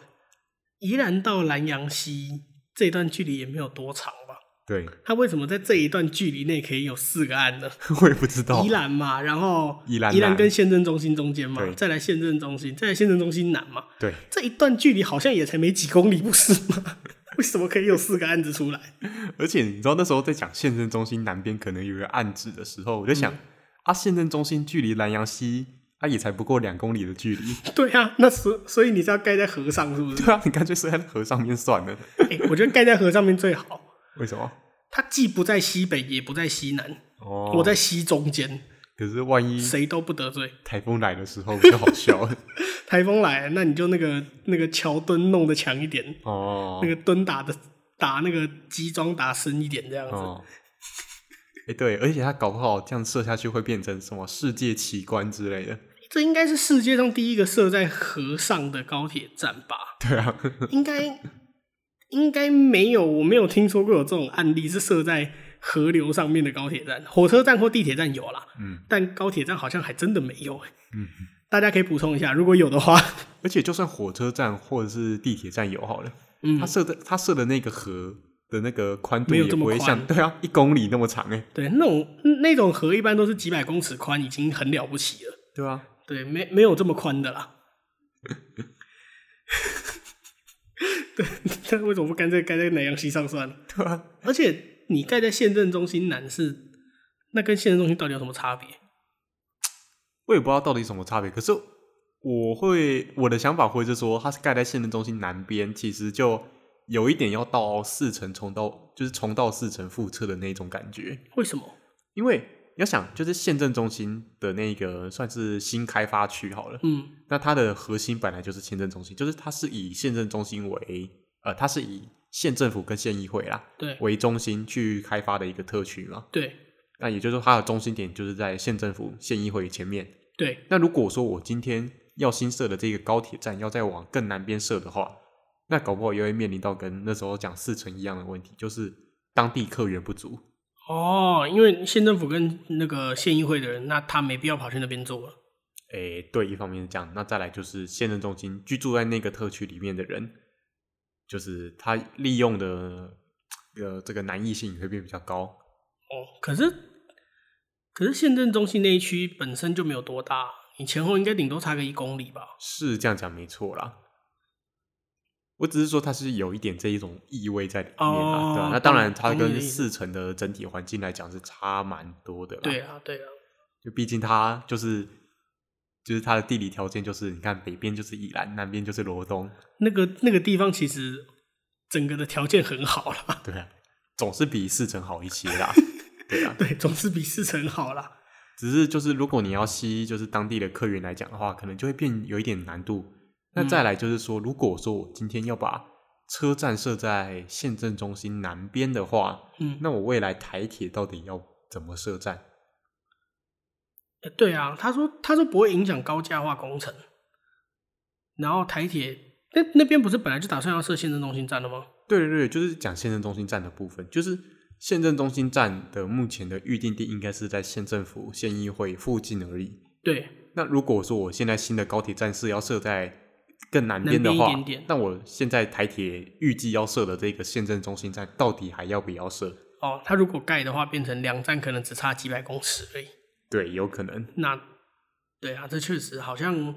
[SPEAKER 2] 宜兰到南洋溪这段距离也没有多长吧？
[SPEAKER 1] 对，
[SPEAKER 2] 它为什么在这一段距离内可以有四个案呢？
[SPEAKER 1] 我也不知道
[SPEAKER 2] 宜。兰嘛，然后
[SPEAKER 1] 哦宜兰南
[SPEAKER 2] 跟县政中心中间嘛
[SPEAKER 1] 对，
[SPEAKER 2] 再来县政中心，再来县政中心南嘛，
[SPEAKER 1] 对，
[SPEAKER 2] 这一段距离好像也才没几公里，不是吗？ 为什么可以有四个案子出来？
[SPEAKER 1] 而且你知道那时候在讲县政中心南边可能有一个案子的时候，我就想、
[SPEAKER 2] 嗯
[SPEAKER 1] 啊，县政中心距离南洋溪啊也才不过两公里的距离，
[SPEAKER 2] 对啊，那所所以你是要盖在河上是不是？
[SPEAKER 1] 对啊，你干脆睡在河上面算了。
[SPEAKER 2] 哎、我觉得盖在河上面最好，
[SPEAKER 1] 为什么？
[SPEAKER 2] 它既不在西北，也不在西南，
[SPEAKER 1] 哦
[SPEAKER 2] 我在西中间，
[SPEAKER 1] 可是万一
[SPEAKER 2] 谁都不得罪。
[SPEAKER 1] 台风来的时候就好笑 了
[SPEAKER 2] 台风来了，那你就那个那个桥墩弄得强一点，
[SPEAKER 1] 哦
[SPEAKER 2] 那个墩打的打那个基桩打深一点这样子。
[SPEAKER 1] 哦。哎、对，而且它搞不好这样射下去会变成什么世界奇观之类的。
[SPEAKER 2] 这应该是世界上第一个设在河上的高铁站吧？
[SPEAKER 1] 对啊，
[SPEAKER 2] 应该应该没有，我没有听说过有这种案例是设在河流上面的高铁站，火车站或地铁站有啦，
[SPEAKER 1] 嗯，
[SPEAKER 2] 但高铁站好像还真的没有、欸。
[SPEAKER 1] 嗯，
[SPEAKER 2] 大家可以补充一下，如果有的话，
[SPEAKER 1] 而且就算火车站或者是地铁站有好了，
[SPEAKER 2] 嗯
[SPEAKER 1] 它，设的它设的那个河的那个宽度
[SPEAKER 2] 没有
[SPEAKER 1] 也
[SPEAKER 2] 这么
[SPEAKER 1] 不会像
[SPEAKER 2] 宽
[SPEAKER 1] 对啊一公里那么长哎、
[SPEAKER 2] 对，那种那种河一般都是几百公尺宽，已经很了不起了。
[SPEAKER 1] 对啊，
[SPEAKER 2] 对，没没有这么宽的啦。 对， 但为什么不干脆盖在南洋溪上算了？
[SPEAKER 1] 对啊，
[SPEAKER 2] 而且你盖在县政中心南是，那跟县政中心到底有什么差别？
[SPEAKER 1] 我也不知道到底什么差别，可是我会我的想法会是说，它是盖在县政中心南边，其实就有一点要到四城重到，就是重到四城复测的那种感觉。
[SPEAKER 2] 为什么？
[SPEAKER 1] 因为你要想，就是县政中心的那个算是新开发区好了，
[SPEAKER 2] 嗯，
[SPEAKER 1] 那它的核心本来就是县政中心，就是它是以县政中心为呃，它是以县政府跟县议会啦
[SPEAKER 2] 对
[SPEAKER 1] 为中心去开发的一个特区嘛。
[SPEAKER 2] 对
[SPEAKER 1] 那也就是说，它的中心点就是在县政府、县议会前面。
[SPEAKER 2] 对，
[SPEAKER 1] 那如果说我今天要新设的这个高铁站要再往更南边设的话，那搞不好也会面临到跟那时候讲四城一样的问题，就是当地客源不足。
[SPEAKER 2] 哦，因为县政府跟那个县议会的人，那他没必要跑去那边做了。哦
[SPEAKER 1] 诶，对，一方面是这样，那再来就是县政中心居住在那个特区里面的人，就是他利用的呃这个难易性也会变比较高。
[SPEAKER 2] 哦，可是可是县政中心那一区本身就没有多大，你前后应该顶多差个一公里吧？
[SPEAKER 1] 是这样讲没错啦。我只是说它是有一点这一种意味在里面啦，
[SPEAKER 2] 哦
[SPEAKER 1] 对啊？那当然，
[SPEAKER 2] 懂
[SPEAKER 1] 它
[SPEAKER 2] 懂你的
[SPEAKER 1] 跟
[SPEAKER 2] 意思
[SPEAKER 1] 四城的整体环境来讲是差蛮多的啦。
[SPEAKER 2] 对，啊，对啊，
[SPEAKER 1] 就毕竟它就是就是它的地理条件就是，你看北边就是宜兰，南边就是罗东，
[SPEAKER 2] 那个那个地方其实整个的条件很好啦。
[SPEAKER 1] 对啊，总是比四城好一些啦。对啊，
[SPEAKER 2] 对，总是比四成好啦。
[SPEAKER 1] 只是就是如果你要吸就是当地的客源来讲的话，可能就会变有一点难度。那再来就是说，如果说我今天要把车站设在县政中心南边的话，
[SPEAKER 2] 嗯，
[SPEAKER 1] 那我未来台铁到底要怎么设站？
[SPEAKER 2] 呃对啊，他说他说不会影响高架化工程，然后台铁那那边不是本来就打算要设县政中心站的吗？
[SPEAKER 1] 对对对，就是讲县政中心站的部分，就是县政中心站的目前的预定地应该是在县政府、县议会附近而已。
[SPEAKER 2] 对，
[SPEAKER 1] 那如果说我现在新的高铁站是要设在更南边的
[SPEAKER 2] 南
[SPEAKER 1] 话，
[SPEAKER 2] 边一点点
[SPEAKER 1] 那我现在台铁预计要设的这个县政中心站，到底还要不要设？
[SPEAKER 2] 哦，他如果盖的话，变成两站可能只差几百公尺而已。
[SPEAKER 1] 对，有可能。
[SPEAKER 2] 那对啊，这确实好像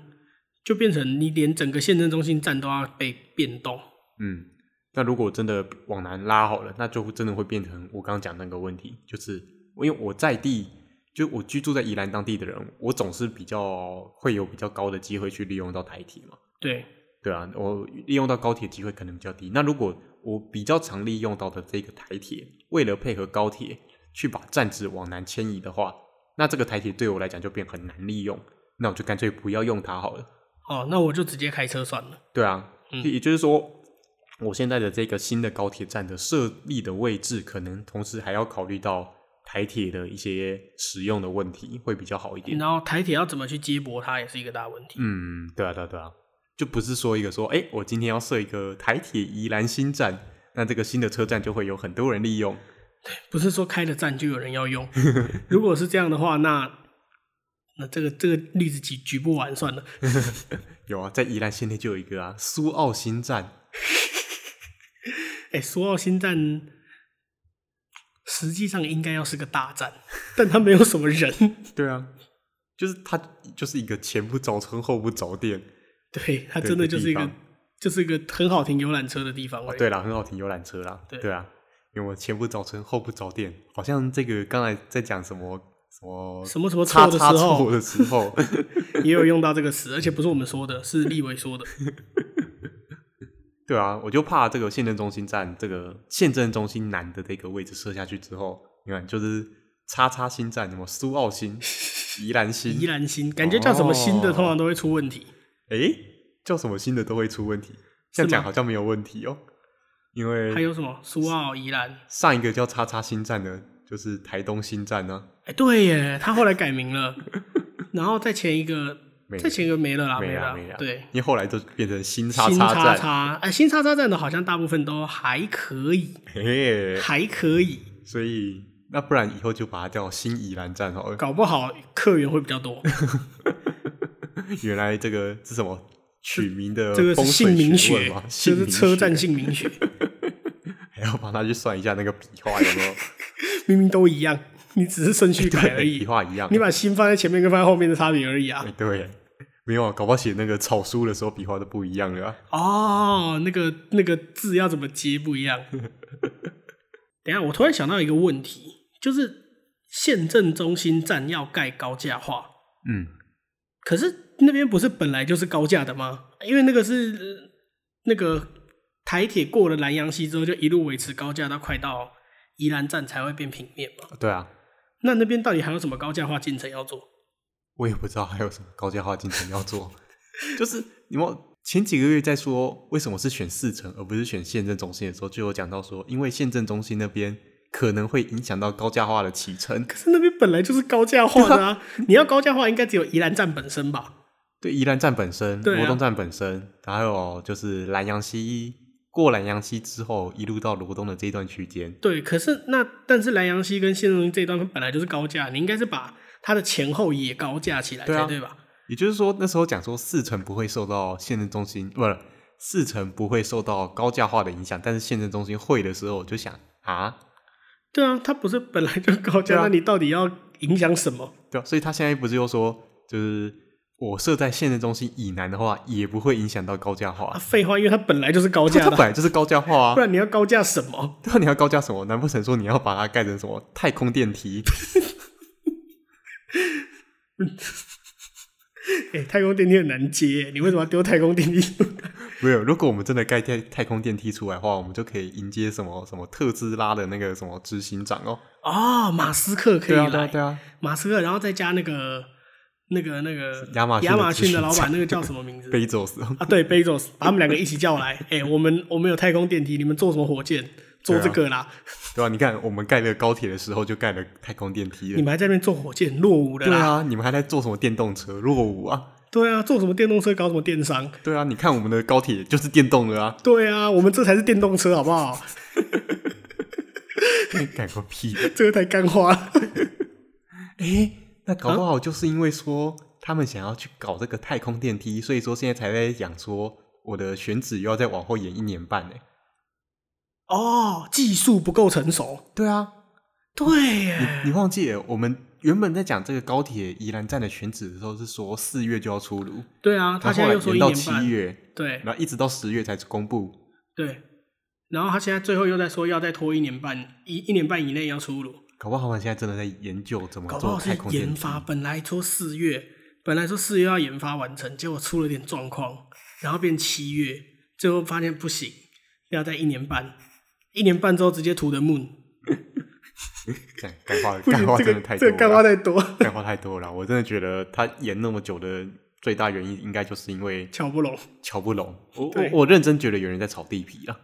[SPEAKER 2] 就变成你连整个县政中心站都要被变动。
[SPEAKER 1] 嗯，那如果真的往南拉好了，那就真的会变成我刚刚讲那个问题，就是因为我在地，就我居住在宜兰当地的人，我总是比较会有比较高的机会去利用到台铁嘛。
[SPEAKER 2] 对，
[SPEAKER 1] 对啊，我利用到高铁机会可能比较低。那如果我比较常利用到的这个台铁，为了配合高铁去把站址往南迁移的话，那这个台铁对我来讲就变很难利用。那我就干脆不要用它好了。
[SPEAKER 2] 哦，那我就直接开车算了。
[SPEAKER 1] 对啊，
[SPEAKER 2] 嗯
[SPEAKER 1] 也就是说，我现在的这个新的高铁站的设立的位置，可能同时还要考虑到台铁的一些使用的问题，会比较好一点。
[SPEAKER 2] 然后台铁要怎么去接驳它，也是一个大问题。
[SPEAKER 1] 嗯，对啊，对啊，对啊，就不是说一个说，哎、我今天要设一个台铁宜兰新站，那这个新的车站就会有很多人利用。
[SPEAKER 2] 不是说开了站就有人要用。 如果是这样的话，那那这个这个例子举举不完算了。
[SPEAKER 1] 有啊，在宜兰县内就有一个啊，苏澳新站，
[SPEAKER 2] 哎、苏澳新站实际上应该要是个大站，但它没有什么人。
[SPEAKER 1] 对啊，就是它就是一个前不着村后不着店。
[SPEAKER 2] 对，它
[SPEAKER 1] 对
[SPEAKER 2] 真的
[SPEAKER 1] 一个
[SPEAKER 2] 就是
[SPEAKER 1] 地
[SPEAKER 2] 一个
[SPEAKER 1] 方哦
[SPEAKER 2] 就是一个很好停游览车的地方而已。
[SPEAKER 1] 对啦，很好停游览车啦。
[SPEAKER 2] 对
[SPEAKER 1] 啊，因为我前不着村后不着店，好像这个刚才在讲什么什么
[SPEAKER 2] 什么什么
[SPEAKER 1] 叉
[SPEAKER 2] 错的时
[SPEAKER 1] 叉错
[SPEAKER 2] 候，
[SPEAKER 1] 的时 候，
[SPEAKER 2] 也有用到这个词，而且不是我们说的，是立伟说的。
[SPEAKER 1] 对啊，我就怕这个县政中心站这个县政中心南的这个位置设下去之后，你看就是叉叉新站，什么苏澳 新、宜兰新，
[SPEAKER 2] 宜兰新，感觉叫什么新的，
[SPEAKER 1] 哦
[SPEAKER 2] 通常都会出问题。
[SPEAKER 1] 诶，叫什么新的都会出问题。这
[SPEAKER 2] 是吗
[SPEAKER 1] 样讲好像没有问题哦，因
[SPEAKER 2] 还
[SPEAKER 1] 为
[SPEAKER 2] 有什么苏澳、宜兰？
[SPEAKER 1] 上一个叫叉叉新站的，就是台东新站呢、
[SPEAKER 2] 哎、对耶，他后来改 名了，然后再前一个
[SPEAKER 1] 没，了
[SPEAKER 2] 再前一个啊没了啦，
[SPEAKER 1] 没
[SPEAKER 2] 了，
[SPEAKER 1] 了没了啊
[SPEAKER 2] 对，
[SPEAKER 1] 因为后来就变成新叉
[SPEAKER 2] 新
[SPEAKER 1] 叉
[SPEAKER 2] 叉
[SPEAKER 1] 站，
[SPEAKER 2] 叉，哎、新叉叉站的好像大部分都还可以，
[SPEAKER 1] 嘿，
[SPEAKER 2] 还可以，
[SPEAKER 1] 所以那不然以后就把它叫新宜兰站好了。
[SPEAKER 2] 搞不好客源会比较多，
[SPEAKER 1] 呃原来这个是什么取名的
[SPEAKER 2] 这个是
[SPEAKER 1] 风水
[SPEAKER 2] 姓
[SPEAKER 1] 学
[SPEAKER 2] 名学
[SPEAKER 1] 问吗？，
[SPEAKER 2] 这
[SPEAKER 1] 姓
[SPEAKER 2] 是
[SPEAKER 1] 名
[SPEAKER 2] 车站
[SPEAKER 1] 学
[SPEAKER 2] 姓名学，
[SPEAKER 1] 还要帮他去算一下那个笔画有没 有
[SPEAKER 2] 明明都一样，你只是顺序改而
[SPEAKER 1] 对笔
[SPEAKER 2] 已，
[SPEAKER 1] 画一样。
[SPEAKER 2] 你把新放在前面跟放在后面的差别而已啊
[SPEAKER 1] 哎。对，没有啊，搞不好写那个草书的时候笔画都不一样了啊、
[SPEAKER 2] 哦，那个那个字要怎么接不一样。等一下，我突然想到一个问题，就是县政中心站要盖高架化，
[SPEAKER 1] 嗯，
[SPEAKER 2] 可是那边不是本来就是高架的吗？因为那个是呃那个台铁过了南洋溪之后，就一路维持高架到快到宜兰站才会变平面嘛。
[SPEAKER 1] 对啊，
[SPEAKER 2] 那那边到底还有什么高架化进程要做？
[SPEAKER 1] 我也不知道还有什么高价化进程要做， 就是你们前几个月在说为什么是选四城而不是选县政中心的时候，就有讲到说，因为县政中心那边可能会影响到高价化的启程。
[SPEAKER 2] 可是那边本来就是高架化的啊！你要高架化，应该只有宜兰站本身吧？
[SPEAKER 1] 对宜兰站本身、
[SPEAKER 2] 对啊
[SPEAKER 1] 罗东站本身，还有就是南洋溪过南洋溪之后，一路到罗东的这一段区间，
[SPEAKER 2] 对，可是那但是莱阳溪跟县中这一段本来就是高架，你应该是把它的前后也高架起来才
[SPEAKER 1] 对啊
[SPEAKER 2] 对吧？
[SPEAKER 1] 也就是说那时候讲说四城不会受到县政中心，不是四城不会受到高价化的影响，但是县政中心会的时候，我就想啊，
[SPEAKER 2] 对啊，它不是本来就高架，
[SPEAKER 1] 对啊
[SPEAKER 2] 那你到底要影响什么？
[SPEAKER 1] 对啊，所以他现在不是又说，就是我设在县政中心以南的话，也不会影响到高价
[SPEAKER 2] 啊，
[SPEAKER 1] 化，
[SPEAKER 2] 废话，因为它本来就是高
[SPEAKER 1] 它
[SPEAKER 2] 架
[SPEAKER 1] 它本
[SPEAKER 2] 的，
[SPEAKER 1] 来就是高价化啊
[SPEAKER 2] 不，然你要高架什么？
[SPEAKER 1] 对啊，你要高价什么？难不成说你要把它盖成什么太空电梯？
[SPEAKER 2] 哎、太空电梯很难接，你为什么要丢太空电 梯？
[SPEAKER 1] 没有，如果我们真的盖太太空电梯出来的话，我们就可以迎接什么什么特斯拉的那个什么执行长哦。
[SPEAKER 2] 哦，马斯克可
[SPEAKER 1] 对
[SPEAKER 2] 以来，
[SPEAKER 1] 啊，对啊，对啊，
[SPEAKER 2] 马斯克，然后再加那个那个那个
[SPEAKER 1] 亚马逊的
[SPEAKER 2] 亚马逊的
[SPEAKER 1] 执行
[SPEAKER 2] 老板，
[SPEAKER 1] 长
[SPEAKER 2] 那个叫什么名字？
[SPEAKER 1] 贝佐斯。
[SPEAKER 2] 啊，对，Bezos 把他们两个一起叫来，哎、我们我们有太空电梯，你们做什么火箭？做
[SPEAKER 1] 对啊
[SPEAKER 2] 这个啦。
[SPEAKER 1] 对啊，你看我们盖那个高铁的时候就盖了太空电梯
[SPEAKER 2] 你
[SPEAKER 1] 了。
[SPEAKER 2] 们还在那边做火箭落伍的
[SPEAKER 1] 对
[SPEAKER 2] 啦，
[SPEAKER 1] 啊，你们还在做什么电动车落伍啊？
[SPEAKER 2] 对啊，做什么电动车搞什么电商，
[SPEAKER 1] 对啊，你看我们的高铁就是电动的啊，
[SPEAKER 2] 对啊，我们这才是电动车好不好？
[SPEAKER 1] 改哎个屁！
[SPEAKER 2] 这个太干花了，
[SPEAKER 1] 诶，那搞
[SPEAKER 2] 嗯
[SPEAKER 1] 不好就是因为说他们想要去搞这个太空电梯，所以说现在才在讲说我的选址又要再往后延一年半呢、
[SPEAKER 2] 哦，技术不够成熟，
[SPEAKER 1] 对啊，
[SPEAKER 2] 对耶，
[SPEAKER 1] 你忘记了，我们原本在讲这个高铁宜兰站的选址的时候，是说四月就要出炉，
[SPEAKER 2] 对啊，他
[SPEAKER 1] 然后
[SPEAKER 2] 现
[SPEAKER 1] 后
[SPEAKER 2] 在
[SPEAKER 1] 来
[SPEAKER 2] 又说
[SPEAKER 1] 延
[SPEAKER 2] 一
[SPEAKER 1] 到
[SPEAKER 2] 年
[SPEAKER 1] 七
[SPEAKER 2] 半，
[SPEAKER 1] 月，
[SPEAKER 2] 对
[SPEAKER 1] 然后一直到十月才公布。
[SPEAKER 2] 对，然后他现在最后又在说要再拖一年半，一一年半以内要出炉，
[SPEAKER 1] 搞不好他们现在真的在研究怎么
[SPEAKER 2] 搞不
[SPEAKER 1] 做
[SPEAKER 2] 好是
[SPEAKER 1] 太空电
[SPEAKER 2] 研
[SPEAKER 1] 梯。
[SPEAKER 2] 发，本来说四月，本来说四月要研发完成，结果出了点状况，然后变七月，最后发现不行，要在一年半，一年半之后直接涂的 moon。
[SPEAKER 1] 干干话
[SPEAKER 2] 不
[SPEAKER 1] 干
[SPEAKER 2] 行，
[SPEAKER 1] 话
[SPEAKER 2] 这
[SPEAKER 1] 真
[SPEAKER 2] 个
[SPEAKER 1] 的太多
[SPEAKER 2] 这
[SPEAKER 1] 了，
[SPEAKER 2] 个干 话太多，
[SPEAKER 1] 干话太多了。我真的觉得他延那么久的最大原因，应该就是因为
[SPEAKER 2] 瞧不拢。
[SPEAKER 1] 瞧不拢。我我
[SPEAKER 2] 对
[SPEAKER 1] 我认真觉得有人在炒地皮了。啊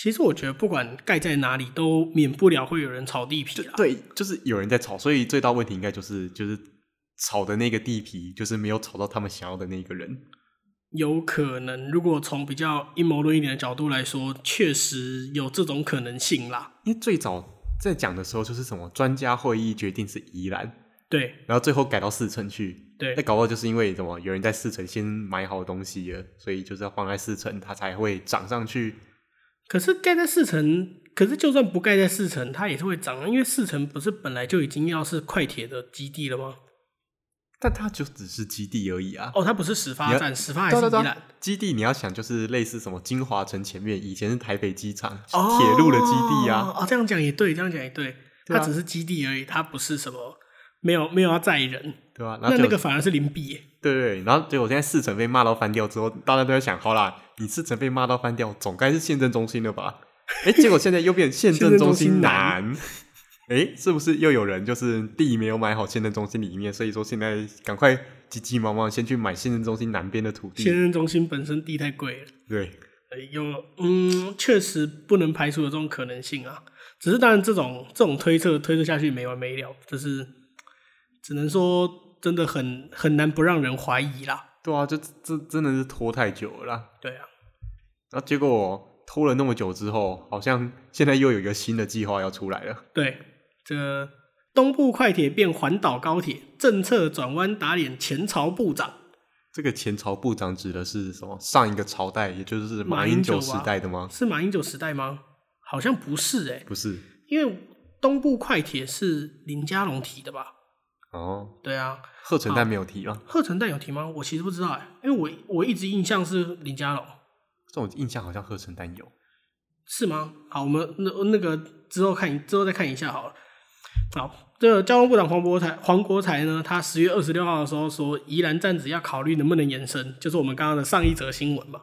[SPEAKER 2] 其实我觉得不管盖在哪里，都免不了会有人炒地皮啊
[SPEAKER 1] 就
[SPEAKER 2] 啦。
[SPEAKER 1] 对，就是有人在炒，所以最大问题应该就是就是炒的那个地皮，就是没有炒到他们想要的那个人。
[SPEAKER 2] 有可能，如果从比较阴谋论一点的角度来说，确实有这种可能性啦。
[SPEAKER 1] 因为最早在讲的时候，就是什么专家会议决定是宜兰，
[SPEAKER 2] 对
[SPEAKER 1] 然后最后改到四城去。
[SPEAKER 2] 对
[SPEAKER 1] 那，搞不好就是因为什么有人在四城先买好东西了，所以就是要放在四城，它才会涨上去。
[SPEAKER 2] 可是盖在四层，可是就算不盖在四层，它也是会涨啊，因为四层不是本来就已经要是快铁的基地了吗？
[SPEAKER 1] 但它就只是基地而已啊。
[SPEAKER 2] 哦，它不是始
[SPEAKER 1] 你
[SPEAKER 2] 发
[SPEAKER 1] 要
[SPEAKER 2] 站，始发还
[SPEAKER 1] 对
[SPEAKER 2] 是
[SPEAKER 1] 对
[SPEAKER 2] 宜
[SPEAKER 1] 对
[SPEAKER 2] 兰。
[SPEAKER 1] 基地你要想就是类似什么金华城前面以前是台北机场铁路的基地啊，
[SPEAKER 2] 哦，哦这样讲也对，这样讲也对，
[SPEAKER 1] 对啊
[SPEAKER 2] 它只是基地而已，它不是什么，没有没有要载人，
[SPEAKER 1] 对吧、然
[SPEAKER 2] 那
[SPEAKER 1] 后就嗯
[SPEAKER 2] 那个反而是零比耶。
[SPEAKER 1] 对对，然后结果现在四城被骂到翻掉之后，大家都在想，好啦，你四城被骂到翻掉，总该是县政中心了 吧？哎，结果现在又变县政中心南，哎，是不是又有人就是地没有买好县政中心里面，所以说现在赶快急急忙忙先去买县政中心南边的土
[SPEAKER 2] 现
[SPEAKER 1] 地？
[SPEAKER 2] 任中心本身地太贵了，
[SPEAKER 1] 对，
[SPEAKER 2] 呃有嗯，确实不能排除有这种可能性啊。只是当然这种这种推测推测下去没完没了，就是只能说真的很很难不让人怀疑啦。
[SPEAKER 1] 对啊，这这真的是拖太久了啦。
[SPEAKER 2] 对啊，
[SPEAKER 1] 然后结果拖了那么久之后，好像现在又有一个新的计划要出来了。
[SPEAKER 2] 对，这个东部快铁变环岛高铁，政策转弯打脸前朝部长。
[SPEAKER 1] 这个前朝部长指的是什么？上一个朝代，也就是马
[SPEAKER 2] 马
[SPEAKER 1] 英
[SPEAKER 2] 英
[SPEAKER 1] 九
[SPEAKER 2] 九
[SPEAKER 1] 时
[SPEAKER 2] 啊
[SPEAKER 1] 代的吗？
[SPEAKER 2] 是马英九时代吗？好像不是哎、
[SPEAKER 1] 不是，
[SPEAKER 2] 因为东部快铁是林佳龙提的吧？
[SPEAKER 1] 哦，
[SPEAKER 2] 对啊，
[SPEAKER 1] 贺陈旦没有提吗？
[SPEAKER 2] 贺成旦有提吗？我其实不知道哎、因为我我一直印象是林佳龙，
[SPEAKER 1] 这种印象好像贺陈旦有。
[SPEAKER 2] 是吗？好，我们那那个之后看之后再看一下好了。好，这个交通部长黄国才黄国才呢，他十月二十六号的时候说，宜兰站址要考虑能不能延伸，就是我们刚刚的上一则新闻嘛。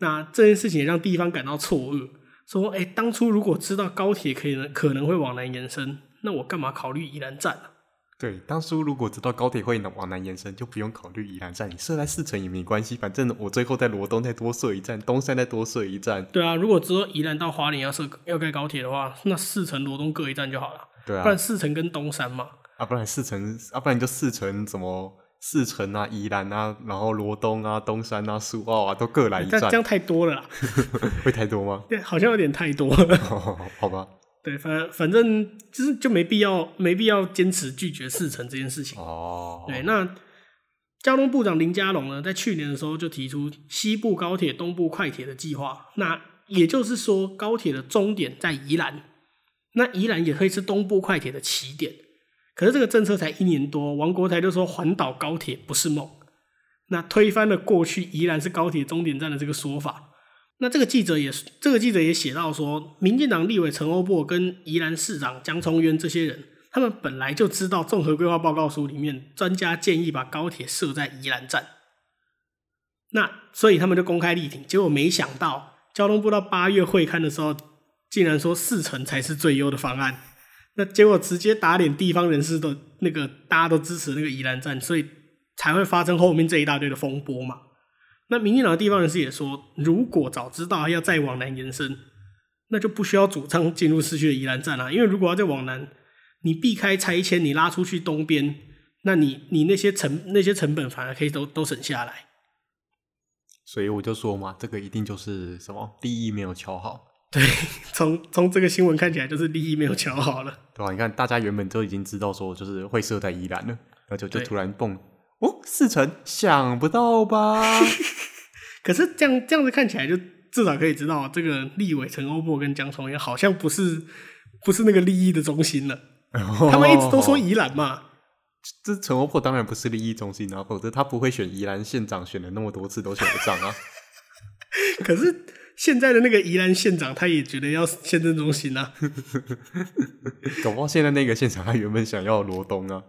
[SPEAKER 2] 那这件事情也让地方感到错愕，说，哎、当初如果知道高铁可以可能会往南延伸，那我干嘛考虑宜兰站啊、
[SPEAKER 1] 对，当初如果知道高铁会往南延伸，就不用考虑宜兰站，你设在四城也没关系，反正我最后在罗东再多设一站，东山再多设一站。
[SPEAKER 2] 对啊，如果之后宜兰到花莲要设要盖高铁的话，那四城罗东各一站就好了，
[SPEAKER 1] 对啊
[SPEAKER 2] 不，然四城跟东山嘛。
[SPEAKER 1] 啊不然四城，啊不然你就四城怎么四城啊、宜兰啊，然后罗东啊、东山啊、苏澳啊，都各来一
[SPEAKER 2] 但
[SPEAKER 1] 站
[SPEAKER 2] 这，样太多了啦，
[SPEAKER 1] 会太多 吗？
[SPEAKER 2] 对，好像有点太多了。
[SPEAKER 1] 好吧，
[SPEAKER 2] 对，反反正就是就没必要没必要坚持拒绝四城这件事情。
[SPEAKER 1] 哦，
[SPEAKER 2] 对，那交通部长林佳龙呢，在去年的时候就提出西部高铁、东部快铁的计划。那也就是说，高铁的终点在宜兰，那宜兰也可以是东部快铁的起点。可是这个政策才一年多，王国台就说环岛高铁不是梦，那推翻了过去宜兰是高铁终点站的这个说法。那这个记者也这个记者也写到说，民进党立委陈欧珀跟宜兰市长江聪渊这些人，他们本来就知道综合规划报告书里面专家建议把高铁设在宜兰站，那所以他们就公开力挺，结果没想到交通部到八月会刊的时候，竟然说四成才是最优的方案，那结果直接打脸地方人士的那个大家都支持那个宜兰站，所以才会发生后面这一大堆的风波嘛。那民进党的地方人士也说，如果早知道要再往南延伸，那就不需要主张进入市区的宜兰站啦、因为如果要再往南，你避开拆迁，你拉出去东边，那你你那些成那些成本反而可以都都省下来。
[SPEAKER 1] 所以我就说嘛，这个一定就是什么利益没有敲好，
[SPEAKER 2] 从从这个新闻看起来，就是利益没有瞧好了。
[SPEAKER 1] 对吧？你看大家原本都已经知道说就是会设在宜兰了，然后就就
[SPEAKER 2] 对
[SPEAKER 1] 突然蹦哦四成，想不到 吧？
[SPEAKER 2] 可是这样这样子看起来，就至少可以知道这个立委陈欧珀跟江崇彦好像不是不是那个利益的中心了。他
[SPEAKER 1] 他
[SPEAKER 2] 们一直都说宜兰嘛，
[SPEAKER 1] 这陈欧珀当然不是利益中心啊，否则他不会选宜兰县长，选了那么多次都选不上 啊。
[SPEAKER 2] 可是现在的那个宜兰县长，他也觉得要县政中心啊。
[SPEAKER 1] 搞不好现在那个县长他原本想要罗东啊，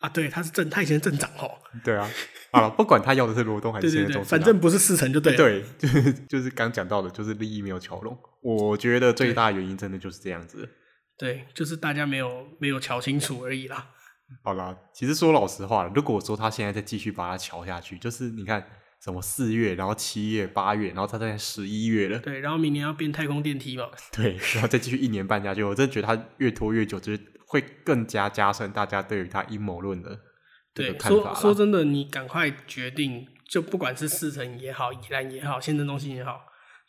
[SPEAKER 2] 啊，对，他是镇，他以前是镇长哦。
[SPEAKER 1] 对啊，好了，不管他要的是罗东还是
[SPEAKER 2] 对
[SPEAKER 1] 县
[SPEAKER 2] 对
[SPEAKER 1] 政
[SPEAKER 2] 对，
[SPEAKER 1] 中心啊、
[SPEAKER 2] 反正不是四成就对了。啊
[SPEAKER 1] 对， 就是就是刚讲到的，就是利益没有桥拢。我觉得最大原因真的就是这样子。
[SPEAKER 2] 对就是大家没有没有瞧清楚而已啦。
[SPEAKER 1] 好啦，其实说老实话，如果说他现在再继续把它瞧下去，就是你看什么四月，然后七月、八月，然后它在十一月了，
[SPEAKER 2] 对，然后明年要变太空电梯嘛，
[SPEAKER 1] 对，然后再继续一年半下去，我真的觉得它越拖越久，就是会更加加深大家对于它阴谋论的这个
[SPEAKER 2] 对，
[SPEAKER 1] 看
[SPEAKER 2] 说
[SPEAKER 1] 法
[SPEAKER 2] 说
[SPEAKER 1] 啦。
[SPEAKER 2] 真的，你赶快决定，就不管是四城也好，宜兰也好，县政中心也好，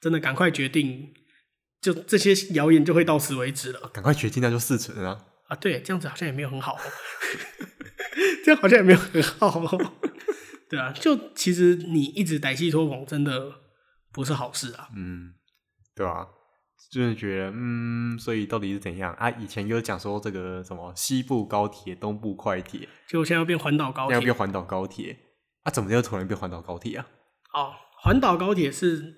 [SPEAKER 2] 真的赶快决定，就这些谣言就会到此为止了
[SPEAKER 1] 赶快决定，那就四成啊！
[SPEAKER 2] 啊。对，这样子好像也没有很好、哦， 这样好像也没有很好、 哦。对啊，就其实你一直歹戏拖棚，真的不是好事啊。
[SPEAKER 1] 嗯，对啊，就是觉得嗯，所以到底是怎样啊？以前又讲说这个什么西部高铁、东部快铁，
[SPEAKER 2] 就现在要变环岛高
[SPEAKER 1] 那要
[SPEAKER 2] 铁
[SPEAKER 1] 变环岛高铁啊？怎么又突然变环岛高铁啊？
[SPEAKER 2] 哦，环岛高铁是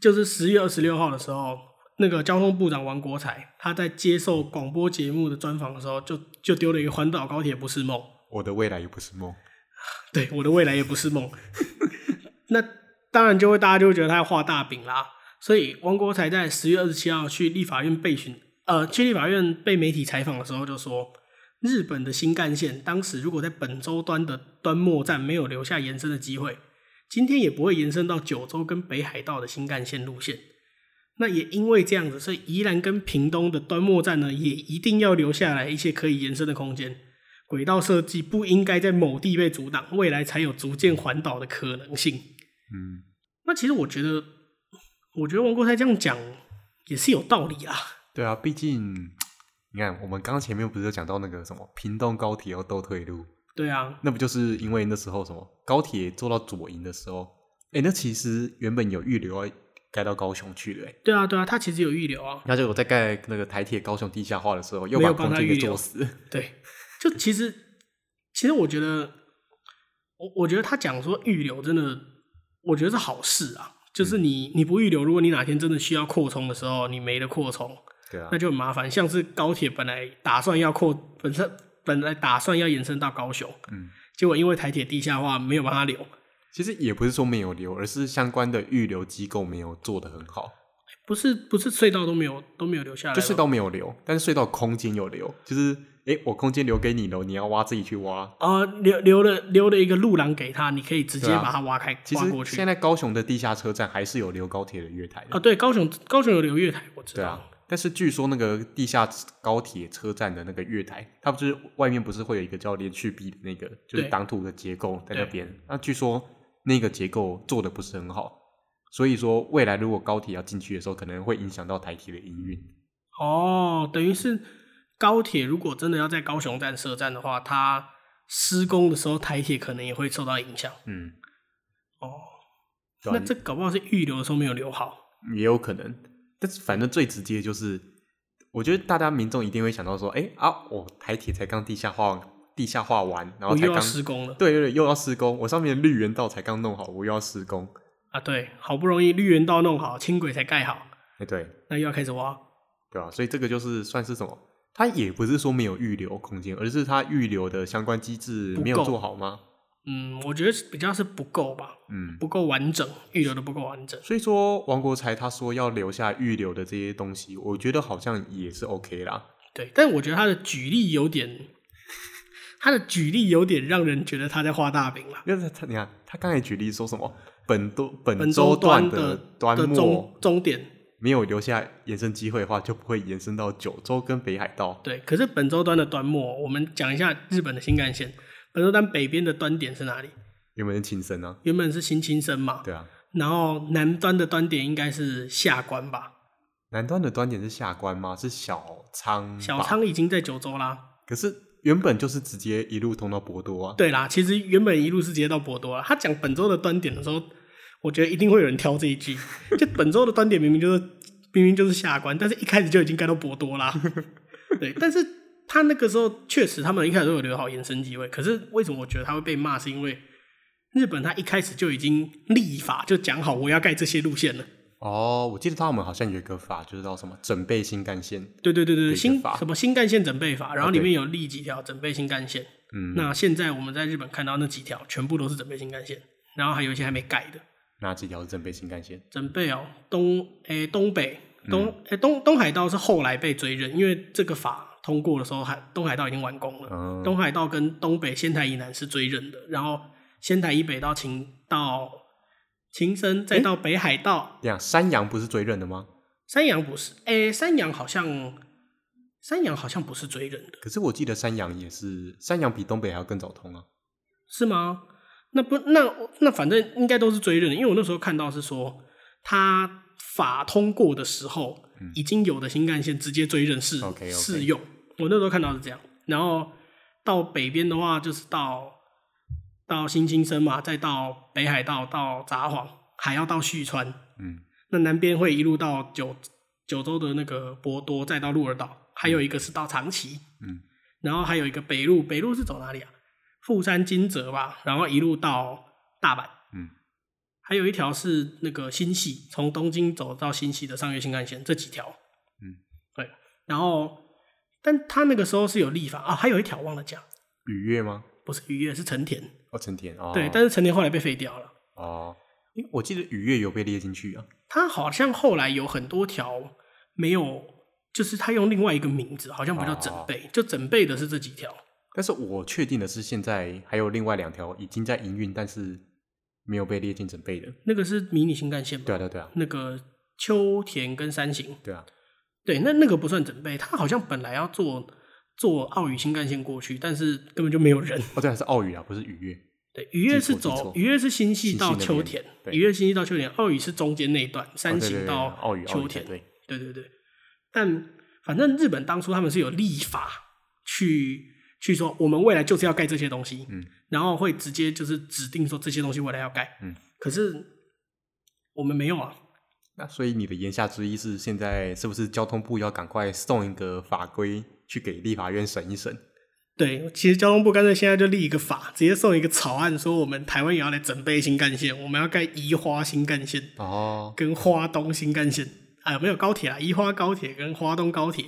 [SPEAKER 2] 就是十月二十六号的时候，那个交通部长王国才他在接受广播节目的专访的时候，就就丢了一个环岛高铁不是梦，
[SPEAKER 1] 我的未来也不是梦。
[SPEAKER 2] 对，我的未来也不是梦。 那当然就会大家就会觉得他在画大饼啦。所以王国才在十月二十七号去立法院被询，呃，去立法院被媒体采访的时候就说，日本的新干线当时如果在本州端的端末站没有留下延伸的机会，今天也不会延伸到九州跟北海道的新干线路线。那也因为这样子，所以宜兰跟屏东的端末站呢，也一定要留下来一些可以延伸的空间。轨道设计不应该在某地被阻挡，未来才有逐渐环岛的可能性。
[SPEAKER 1] 嗯，
[SPEAKER 2] 那其实我觉得，我觉得王国才这样讲也是有道理啊。
[SPEAKER 1] 对啊，毕竟你看，我们刚前面不是有讲到那个什么屏东高铁要斗退路，
[SPEAKER 2] 对啊，
[SPEAKER 1] 那不就是因为那时候什么高铁坐到左营的时候，哎、那其实原本有预留要盖到高雄去的、欸，
[SPEAKER 2] 对啊，对啊，他其实有预留啊。
[SPEAKER 1] 那就我在盖那个台铁高雄地下化的时候，又
[SPEAKER 2] 没
[SPEAKER 1] 把
[SPEAKER 2] 有帮
[SPEAKER 1] 空
[SPEAKER 2] 他
[SPEAKER 1] 间
[SPEAKER 2] 预
[SPEAKER 1] 给
[SPEAKER 2] 留
[SPEAKER 1] 做死。
[SPEAKER 2] 对，就其实，其实我觉得，我我觉得他讲说预留真的，我觉得是好事啊。就是你你不预留，如果你哪天真的需要扩充的时候，你没得扩充，
[SPEAKER 1] 对啊
[SPEAKER 2] 那，就很麻烦。像是高铁本来打算要扩，本身本来打算要延伸到高雄，
[SPEAKER 1] 嗯，
[SPEAKER 2] 结果因为台铁地下化没有帮他留，
[SPEAKER 1] 其实也不是说没有留，而是相关的预留机构没有做得很好，
[SPEAKER 2] 不是不是隧道都没有都没有留下来吗，
[SPEAKER 1] 就隧道没有留，但是隧道空间有留，就是哎、诶我空间留给你了，你要挖自己去挖。
[SPEAKER 2] 啊、留留了留了一个路廊给他，你可以直接
[SPEAKER 1] 对啊
[SPEAKER 2] 把它挖开、
[SPEAKER 1] 其
[SPEAKER 2] 挖
[SPEAKER 1] 实
[SPEAKER 2] 过去
[SPEAKER 1] 现
[SPEAKER 2] 啊、
[SPEAKER 1] 在高雄的地下车站还是有留高铁的月台的，
[SPEAKER 2] 对，高雄高雄有留月台，我知
[SPEAKER 1] 对
[SPEAKER 2] 道，
[SPEAKER 1] 啊。但是据说那个地下高铁车站的那个月台，它不是外面不是会有一个叫连续壁的那个，就是
[SPEAKER 2] 对
[SPEAKER 1] 挡土的结构在那
[SPEAKER 2] 对
[SPEAKER 1] 边。那据说那个结构做的不是很好，所以说未来如果高铁要进去的时候，可能会影响到台铁的营运。
[SPEAKER 2] 哦，等于是高铁如果真的要在高雄站设站的话，它施工的时候台铁可能也会受到影响
[SPEAKER 1] 嗯，
[SPEAKER 2] 哦。
[SPEAKER 1] 对啊
[SPEAKER 2] 那这搞不好是预留的时候没有留好，
[SPEAKER 1] 也有可能。但是反正最直接就是，我觉得大家民众一定会想到说，哎、啊，我台铁才刚地下化，地下化完，然后
[SPEAKER 2] 我
[SPEAKER 1] 才
[SPEAKER 2] 又要
[SPEAKER 1] 刚
[SPEAKER 2] 施工了
[SPEAKER 1] 对对对，又要施工，我上面的绿园道才刚弄好，我又要施工。
[SPEAKER 2] 啊！对，好不容易绿园道弄好，轻轨才盖好，
[SPEAKER 1] 哎，对
[SPEAKER 2] 那又要开始挖。
[SPEAKER 1] 对吧、所以这个就是算是什么？它也不是说没有预留空间，而是它预留的相关机制
[SPEAKER 2] 不
[SPEAKER 1] 没有
[SPEAKER 2] 够
[SPEAKER 1] 做好吗？
[SPEAKER 2] 嗯，我觉得比较是不够吧，
[SPEAKER 1] 嗯，
[SPEAKER 2] 不够完整，预留的不够完整。
[SPEAKER 1] 所以说王国才他说要留下预留的这些东西，我觉得好像也是 OK 啦。
[SPEAKER 2] 对，但我觉得他的举例有点，他的举例有点让人觉得他在画大饼了。
[SPEAKER 1] 因为他你看他刚才举例说什么本都本
[SPEAKER 2] 本周
[SPEAKER 1] 段
[SPEAKER 2] 的
[SPEAKER 1] 端
[SPEAKER 2] 的
[SPEAKER 1] 末
[SPEAKER 2] 终终点，
[SPEAKER 1] 没有留下延伸机会的话，就不会延伸到九州跟北海道。
[SPEAKER 2] 对，可是本周端的端末，我们讲一下日本的新干线。本周端北边的端点是哪里？
[SPEAKER 1] 有没有人轻生啊？
[SPEAKER 2] 原本是新青森嘛，
[SPEAKER 1] 对啊，
[SPEAKER 2] 然后南端的端点应该是下关吧？
[SPEAKER 1] 南端的端点是下关吗？是小仓吧。
[SPEAKER 2] 小仓已经在九州啦。
[SPEAKER 1] 可是原本就是直接一路通到博多啊。
[SPEAKER 2] 对啦，其实原本一路是直接到博多啦。他讲本周的端点的时候，我觉得一定会有人挑这一句， 就本周的端点明明就是明明就是下关，但是一开始就已经盖到博 多啦。对，但是他那个时候确实他们一开始都有留好延伸机会，可是为什么我觉得他会被骂？是因为日本他一开始就已经立法就讲好我要盖这些路线了。
[SPEAKER 1] 哦，我记得他们好像有一个法，就是叫什么准备新干线。
[SPEAKER 2] 对对对对，
[SPEAKER 1] 个
[SPEAKER 2] 新
[SPEAKER 1] 法
[SPEAKER 2] 什么新干线准备法，然后
[SPEAKER 1] 啊
[SPEAKER 2] 里
[SPEAKER 1] 对
[SPEAKER 2] 面有立几条准备新干线。
[SPEAKER 1] 嗯，
[SPEAKER 2] 那现在我们在日本看到那几条全部都是准备新干线，然后还有一些还没盖的。
[SPEAKER 1] 哪几条是准备新干线？
[SPEAKER 2] 准备哦，东诶、东北
[SPEAKER 1] 嗯
[SPEAKER 2] 东诶、东东海道是后来被追认，因为这个法通过的时候还东海道已经完工了，
[SPEAKER 1] 嗯
[SPEAKER 2] 东海道跟东北仙台以南是追认的，然后仙台以北到秦到秦升，再到北海道。
[SPEAKER 1] 这样山羊不是追认的吗？
[SPEAKER 2] 山羊不是，诶、山羊好像山羊好像不是追人的，
[SPEAKER 1] 可是我记得山羊也是，山羊比东北还要更早通啊。
[SPEAKER 2] 是吗？那不那那反正应该都是追认的，因为我那时候看到是说他法通过的时候，已经有的新干线直接追认适
[SPEAKER 1] OK，OK
[SPEAKER 2] 适用。我那时候看到是这样，然后到北边的话就是到到新青森嘛，再到北海道到札幌，还要到旭川，
[SPEAKER 1] 嗯，
[SPEAKER 2] 那南边会一路到九九州的那个博多，再到鹿儿岛，还有一个是到长崎，
[SPEAKER 1] 嗯，
[SPEAKER 2] 然后还有一个北路，北路是走哪里啊？富山金泽吧，然后一路到大阪，
[SPEAKER 1] 嗯，
[SPEAKER 2] 还有一条是那个新系，从东京走到新系的上越新干线，这几条，
[SPEAKER 1] 嗯，
[SPEAKER 2] 对，然后但他那个时候是有立法啊，还有一条忘了讲，
[SPEAKER 1] 雨月吗？
[SPEAKER 2] 不是渔业是成田，
[SPEAKER 1] 哦，成田哦，
[SPEAKER 2] 对，但是成田后来被废掉了。
[SPEAKER 1] 哦，诶我记得雨月有被列进去啊。
[SPEAKER 2] 他好像后来有很多条没有，就是他用另外一个名字，好像
[SPEAKER 1] 哦
[SPEAKER 2] 不叫整备，就整备的是这几条。
[SPEAKER 1] 但是我确定的是，现在还有另外两条已经在营运，但是没有被列进整备的。
[SPEAKER 2] 那个是迷你新干线吧？
[SPEAKER 1] 对啊，对啊，对啊，
[SPEAKER 2] 那个秋田跟山形，
[SPEAKER 1] 对啊，
[SPEAKER 2] 对，那那个不算整备，他好像本来要做做奥羽新干线过去，但是根本就没有人。
[SPEAKER 1] 哦，对啊，是奥羽啊，不是雨月。
[SPEAKER 2] 对，愉悦是
[SPEAKER 1] 记错记
[SPEAKER 2] 走
[SPEAKER 1] 错
[SPEAKER 2] 愉悦是新系到
[SPEAKER 1] 新系那边
[SPEAKER 2] 秋田，
[SPEAKER 1] 对
[SPEAKER 2] 愉悦新系到秋田，奥羽是中间那一段，
[SPEAKER 1] 哦
[SPEAKER 2] 山
[SPEAKER 1] 对对
[SPEAKER 2] 形
[SPEAKER 1] 对
[SPEAKER 2] 到
[SPEAKER 1] 奥羽，奥
[SPEAKER 2] 秋
[SPEAKER 1] 羽
[SPEAKER 2] 田。
[SPEAKER 1] 对，
[SPEAKER 2] 对对对，但反正日本当初他们是有立法去去说，我们未来就是要盖这些东西，
[SPEAKER 1] 嗯，
[SPEAKER 2] 然后会直接就是指定说这些东西未来要盖，
[SPEAKER 1] 嗯，
[SPEAKER 2] 可是我们没有啊，
[SPEAKER 1] 那所以你的言下之意是，现在是不是交通部要赶快送一个法规去给立法院审一审？
[SPEAKER 2] 对，其实交通部干脆现在就立一个法，直接送一个草案，说我们台湾也要来准备新干线，我们要盖宜花新干线
[SPEAKER 1] 哦，
[SPEAKER 2] 跟花东新干线，啊、没有高铁啊，宜花高铁跟花东高铁，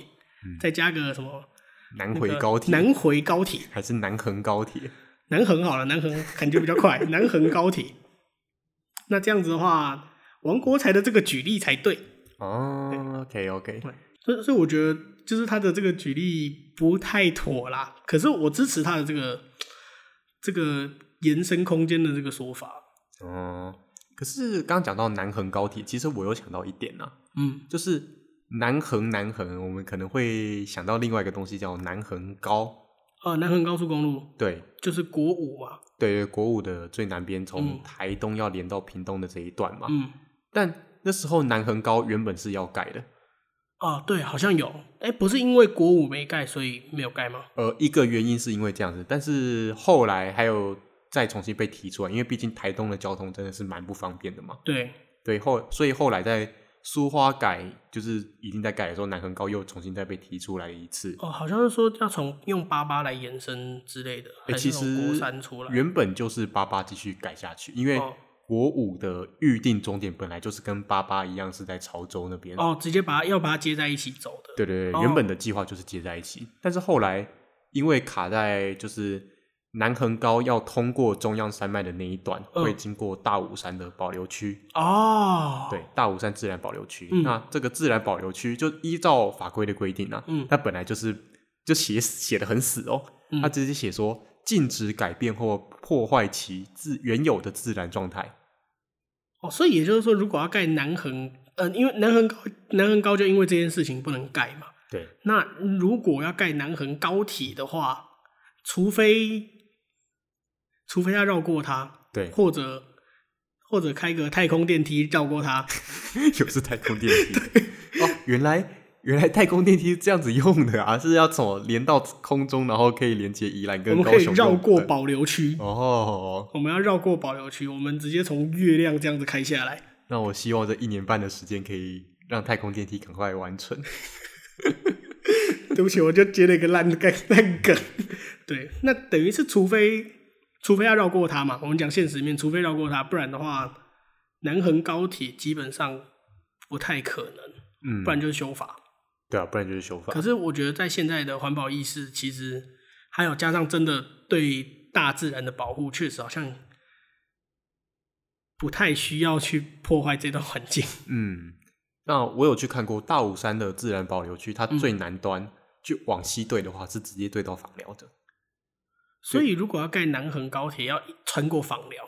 [SPEAKER 2] 再加个什么
[SPEAKER 1] 嗯南
[SPEAKER 2] 那
[SPEAKER 1] 回
[SPEAKER 2] 个
[SPEAKER 1] 高铁、
[SPEAKER 2] 南回高铁，
[SPEAKER 1] 还是南横高铁？
[SPEAKER 2] 南横好了，南横感觉比较快，南横高铁。 那这样子的话，王国才的这个举例才对。
[SPEAKER 1] 哦，OK OK，
[SPEAKER 2] 对，所以所以我觉得就是他的这个举例不太妥啦。可是我支持他的这个这个延伸空间的这个说法。
[SPEAKER 1] 哦、可是刚刚讲到南横高铁，其实我有想到一点啊，
[SPEAKER 2] 嗯，
[SPEAKER 1] 就是南横南横，我们可能会想到另外一个东西叫南横高，
[SPEAKER 2] 啊，南横高速公路
[SPEAKER 1] 对
[SPEAKER 2] 就是国五嘛。
[SPEAKER 1] 对，国五的最南边从
[SPEAKER 2] 嗯
[SPEAKER 1] 台东要连到屏东的这一段嘛，
[SPEAKER 2] 嗯，
[SPEAKER 1] 但那时候南横高原本是要盖的，
[SPEAKER 2] 啊，对，好像有。哎、不是因为国五没盖，所以没有盖吗？
[SPEAKER 1] 呃，一个原因是因为这样子，但是后来还有再重新被提出来，因为毕竟台东的交通真的是蛮不方便的嘛，
[SPEAKER 2] 对，
[SPEAKER 1] 对后，所以后来在苏花改就是已经在改的时候，南横高又重新再被提出来一次。
[SPEAKER 2] 哦，好像是说要从用八八来延伸之类的，
[SPEAKER 1] 欸
[SPEAKER 2] 还
[SPEAKER 1] 其
[SPEAKER 2] 是从国
[SPEAKER 1] 实
[SPEAKER 2] 三出来？
[SPEAKER 1] 原本就是八八继续改下去，因为
[SPEAKER 2] 哦
[SPEAKER 1] 国五的预定终点本来就是跟八八一样是在潮州那边。
[SPEAKER 2] 哦，直接把它要把它接在一起走的。
[SPEAKER 1] 对对
[SPEAKER 2] 哦
[SPEAKER 1] 对，原本的计划就是接在一起，但是后来因为卡在就是南横高要通过中央山脉的那一段，
[SPEAKER 2] 嗯
[SPEAKER 1] 会经过大武山的保留区，
[SPEAKER 2] 哦，
[SPEAKER 1] 对，大武山自然保留区。
[SPEAKER 2] 嗯
[SPEAKER 1] 那这个自然保留区就依照法规的规定啊，
[SPEAKER 2] 嗯
[SPEAKER 1] 它本来就是就写写的很死哦，
[SPEAKER 2] 嗯
[SPEAKER 1] 它直接写说禁止改变或破坏其自原有的自然状态。
[SPEAKER 2] 哦，所以也就是说，如果要盖南横，呃，因为南横高南横高就因为这件事情不能盖嘛。
[SPEAKER 1] 对，
[SPEAKER 2] 那如果要盖南横高铁的话，除非除非要绕过它，
[SPEAKER 1] 对
[SPEAKER 2] 或者或者开个太空电梯绕过它，
[SPEAKER 1] 又是太空电梯哦，原来原来太空电梯是这样子用的啊，是要怎么连到空中，然后可以连接宜兰
[SPEAKER 2] 我
[SPEAKER 1] 跟
[SPEAKER 2] 们
[SPEAKER 1] 高
[SPEAKER 2] 可以
[SPEAKER 1] 雄用的？
[SPEAKER 2] 绕过保留区。
[SPEAKER 1] 哦，
[SPEAKER 2] 我们要绕过保留区，我们直接从月亮这样子开下来。
[SPEAKER 1] 那我希望这一年半的时间可以让太空电梯赶快完成。
[SPEAKER 2] 对不起，我就接了一个烂梗烂梗。 对，那等于是除非除非要绕过它嘛，我们讲现实面，除非绕过它，不然的话，南横高铁基本上不太可能，
[SPEAKER 1] 嗯
[SPEAKER 2] 不，然就是修法。
[SPEAKER 1] 对啊，不然就是修法
[SPEAKER 2] 可。是我觉得在现在的环保意识，其实还有加上真的对大自然的保护，确实好像不太需要去破坏这段环 境。
[SPEAKER 1] 嗯，那我有去看过大武山的自然
[SPEAKER 2] 嗯
[SPEAKER 1] 保留区，它最南端、去往西对的话是直接对到访寮的。
[SPEAKER 2] 所以如果要盖南横高铁，要穿过访寮。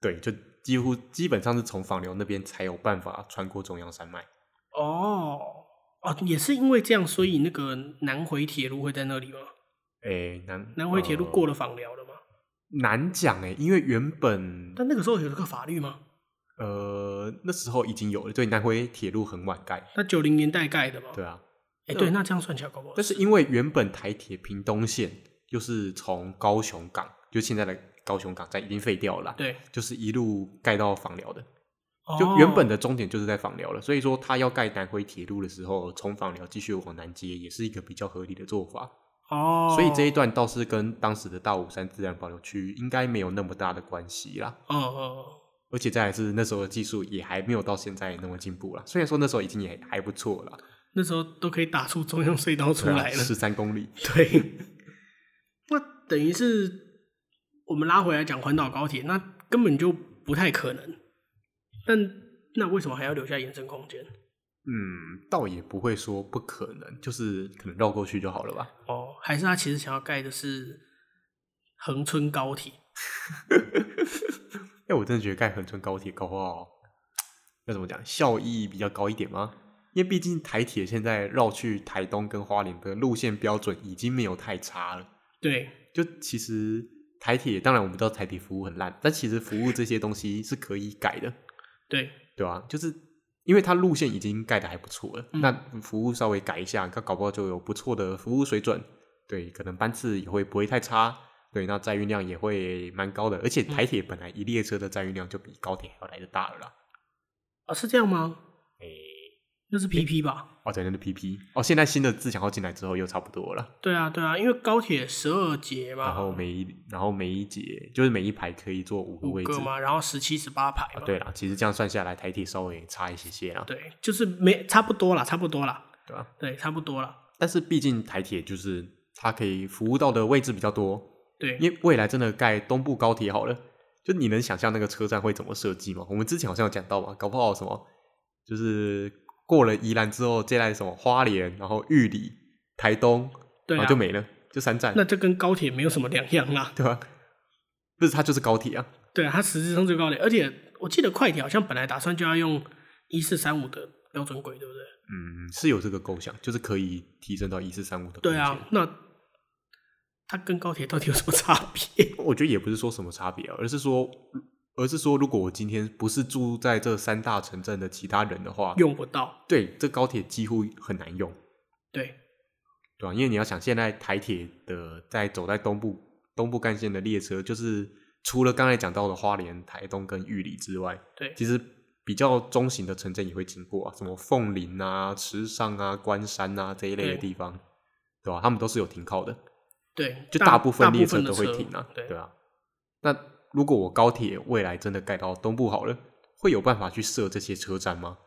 [SPEAKER 1] 对，就几乎基本上是从访寮那边才有办法穿过中央山脉。
[SPEAKER 2] 哦哦，也是因为这样，所以那个南回铁路会在那里吗？
[SPEAKER 1] 诶，南
[SPEAKER 2] 南回铁路
[SPEAKER 1] 呃
[SPEAKER 2] 过了访寮了吗？
[SPEAKER 1] 难讲诶，因为原本
[SPEAKER 2] 但那个时候有这个法律吗？
[SPEAKER 1] 呃那时候已经有了，对，南回铁路很晚盖，
[SPEAKER 2] 那九零年代盖的吗？
[SPEAKER 1] 对啊，
[SPEAKER 2] 哎、对，那这样算起来搞不好。
[SPEAKER 1] 但是因为原本台铁屏东线就是从高雄港，就现在的高雄港站已经废掉了啦，
[SPEAKER 2] 对，
[SPEAKER 1] 就是一路盖到访寮的，
[SPEAKER 2] 哦
[SPEAKER 1] 就原本的终点就是在访寮了，所以说他要盖南回铁路的时候，从访寮继续往南接，也是一个比较合理的做法。
[SPEAKER 2] 哦，
[SPEAKER 1] 所以这一段倒是跟当时的大武山自然保留区应该没有那么大的关系啦。
[SPEAKER 2] 嗯嗯
[SPEAKER 1] 而且再来是那时候的技术也还没有到现在那么进步啦，虽然说那时候已经也还不错了，啊
[SPEAKER 2] 那时候都可以打出中央隧道出来 了。
[SPEAKER 1] 十三公里，
[SPEAKER 2] 对， 那等于是我们拉回来讲环岛高铁，那根本就不太可能。但那为什么还要留下延伸空间？
[SPEAKER 1] 嗯，倒也不会说不可能，就是可能绕过去就好了吧。
[SPEAKER 2] 哦，还是他其实想要盖的是恒春高铁？
[SPEAKER 1] 哎、我真的觉得盖横村高铁搞不好，要怎么讲，效益比较高一点吗？因为毕竟台铁现在绕去台东跟花莲的路线标准已经没有太差了。
[SPEAKER 2] 对，
[SPEAKER 1] 就其实台铁，当然我们知道台铁服务很烂，但其实服务这些东西是可以改的，
[SPEAKER 2] 对，
[SPEAKER 1] 对吧、就是因为它路线已经盖的还不错了，
[SPEAKER 2] 嗯
[SPEAKER 1] 那服务稍微改一下，它搞不好就有不错的服务水准。对，可能班次也会不会太差，对，那载运量也会蛮高的，而
[SPEAKER 2] 嗯
[SPEAKER 1] 且台铁本来一列车的载运量就比高铁还要来的大了啦。
[SPEAKER 2] 啊，是这样吗？
[SPEAKER 1] 诶、
[SPEAKER 2] 那是 PP 吧？
[SPEAKER 1] 哦，对，那是 PP 哦，现在新的自强号进来之后又差不多了，
[SPEAKER 2] 对啊，对啊，因为高铁十二节嘛，
[SPEAKER 1] 然后每一然后每一节就是每一排可以坐五个
[SPEAKER 2] 五
[SPEAKER 1] 位置
[SPEAKER 2] 个嘛，然后十七、十八排
[SPEAKER 1] 啊
[SPEAKER 2] 嘛，
[SPEAKER 1] 对啦，其实这样算下来，台铁稍微差一些些啦，
[SPEAKER 2] 对，就是没差不多啦，差不多啦，
[SPEAKER 1] 对啊吧、
[SPEAKER 2] 对，差不多啦，
[SPEAKER 1] 但是毕竟台铁就是它可以服务到的位置比较多，
[SPEAKER 2] 对，
[SPEAKER 1] 因为未来真的盖东部高铁好了，就你能想象那个车站会怎么设计吗？我们之前好像有讲到嘛，搞不好什么就是过了宜兰之后，接下来什么花莲，然后玉里、台东，
[SPEAKER 2] 对
[SPEAKER 1] 然
[SPEAKER 2] 啊
[SPEAKER 1] 后就没了，就三站，
[SPEAKER 2] 那这跟高铁没有什么两样啦。
[SPEAKER 1] 对吧、不是，它就是高铁啊，
[SPEAKER 2] 对啊，它实质上最高铁，而且我记得快铁好像本来打算就要用一四三五的标准轨，对不对？
[SPEAKER 1] 嗯，是有这个构想，就是可以提升到一四三五的。
[SPEAKER 2] 对啊，，那它跟高铁到底有什么差别？
[SPEAKER 1] 我觉得也不是说什么差别、啊，而是说，而是说，如果我今天不是住在这三大城镇的其他人的话，
[SPEAKER 2] 用不到，
[SPEAKER 1] 对这高铁几乎很难用，
[SPEAKER 2] 对，
[SPEAKER 1] 对吧、因为你要想，现在台铁的在走在东部东部干线的列车，就是除了刚才讲到的花莲、台东跟玉里之外，
[SPEAKER 2] 对
[SPEAKER 1] 其实比较中型的城镇也会经过啊，什么凤林啊、池上啊、关山啊这一类的
[SPEAKER 2] 对
[SPEAKER 1] 地方，对吧、他们都是有停靠的。
[SPEAKER 2] 对，
[SPEAKER 1] 就
[SPEAKER 2] 大
[SPEAKER 1] 大部分列车
[SPEAKER 2] 的
[SPEAKER 1] 都会
[SPEAKER 2] 车
[SPEAKER 1] 停啊，
[SPEAKER 2] 对
[SPEAKER 1] 对啊。那如果我高铁未来真的盖到东部好了，会有办法去设这些车站吗？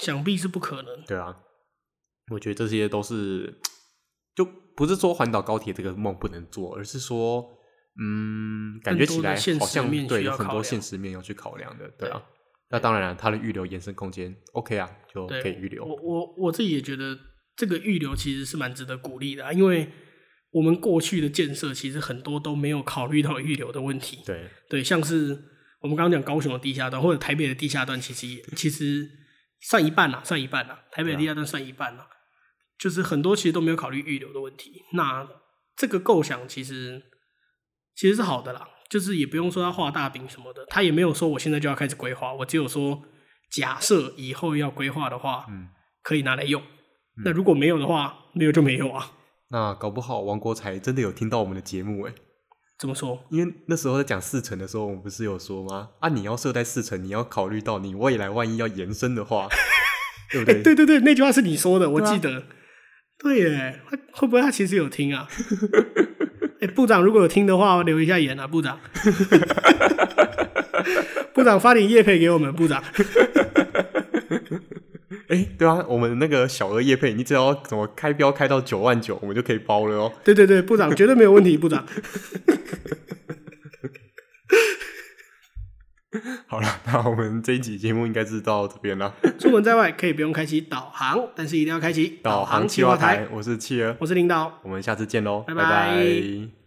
[SPEAKER 2] 想必是不可能。
[SPEAKER 1] 对啊，我觉得这些都是，就不是说环岛高铁这个梦不能做，而是说，嗯，感觉
[SPEAKER 2] 更多
[SPEAKER 1] 起
[SPEAKER 2] 的
[SPEAKER 1] 来
[SPEAKER 2] 现
[SPEAKER 1] 好
[SPEAKER 2] 实
[SPEAKER 1] 像
[SPEAKER 2] 面
[SPEAKER 1] 对
[SPEAKER 2] 需
[SPEAKER 1] 有
[SPEAKER 2] 要
[SPEAKER 1] 很
[SPEAKER 2] 考
[SPEAKER 1] 多
[SPEAKER 2] 量
[SPEAKER 1] 现实面要去考量的，对啊
[SPEAKER 2] 对。
[SPEAKER 1] 那当然了，它的预留延伸空间 OK 啊，就
[SPEAKER 2] 对，
[SPEAKER 1] 可以预
[SPEAKER 2] 我
[SPEAKER 1] 留。
[SPEAKER 2] 我我自己也觉得这个预留其实是蛮值得鼓励的、啊，因为我们过去的建设其实很多都没有考虑到预留的问题。
[SPEAKER 1] 对，
[SPEAKER 2] 对，像是我们刚刚讲高雄的地下段或者台北的地下段，其实也其实算一半啦，算一半啦，台北的地下段算一半啦，就是很多其实都没有考虑预留的问题。那这个构想其实其实是好的啦，就是也不用说要画大饼什么的，他也没有说我现在就要开始规划，我只有说假设以后要规划的话，
[SPEAKER 1] 嗯，
[SPEAKER 2] 可以拿来用。那如果没有的话，没有就没有啊。
[SPEAKER 1] 那搞不好王国才真的有听到我们的节目哎、
[SPEAKER 2] 怎么说？
[SPEAKER 1] 因为那时候在讲四层的时候，我们不是有说吗？啊，你要设在四层，你要考虑到你未来万一要延伸的话，对不对？
[SPEAKER 2] 哎对对对，那句话是你说的，我
[SPEAKER 1] 对啊
[SPEAKER 2] 记得。对耶，他会不会他其实有听啊？ 哎、部长如果有听的话，留一下言啊，部长。部长发点叶配给我们，部长。
[SPEAKER 1] 哎，对啊，我们那个小额业配，你只要怎么开标开到九万九，我们就可以包了哦。
[SPEAKER 2] 对对对，部长绝对没有问题，部长。
[SPEAKER 1] 好了，那我们这一集节目应该是到这边了。
[SPEAKER 2] 出门在外可以不用开启导航，但是一定要开启
[SPEAKER 1] 导航
[SPEAKER 2] 企
[SPEAKER 1] 企
[SPEAKER 2] 划
[SPEAKER 1] 划台，。我是企鹅，
[SPEAKER 2] 我是领导。
[SPEAKER 1] 我们下次见喽，
[SPEAKER 2] 拜
[SPEAKER 1] 拜
[SPEAKER 2] 拜
[SPEAKER 1] 拜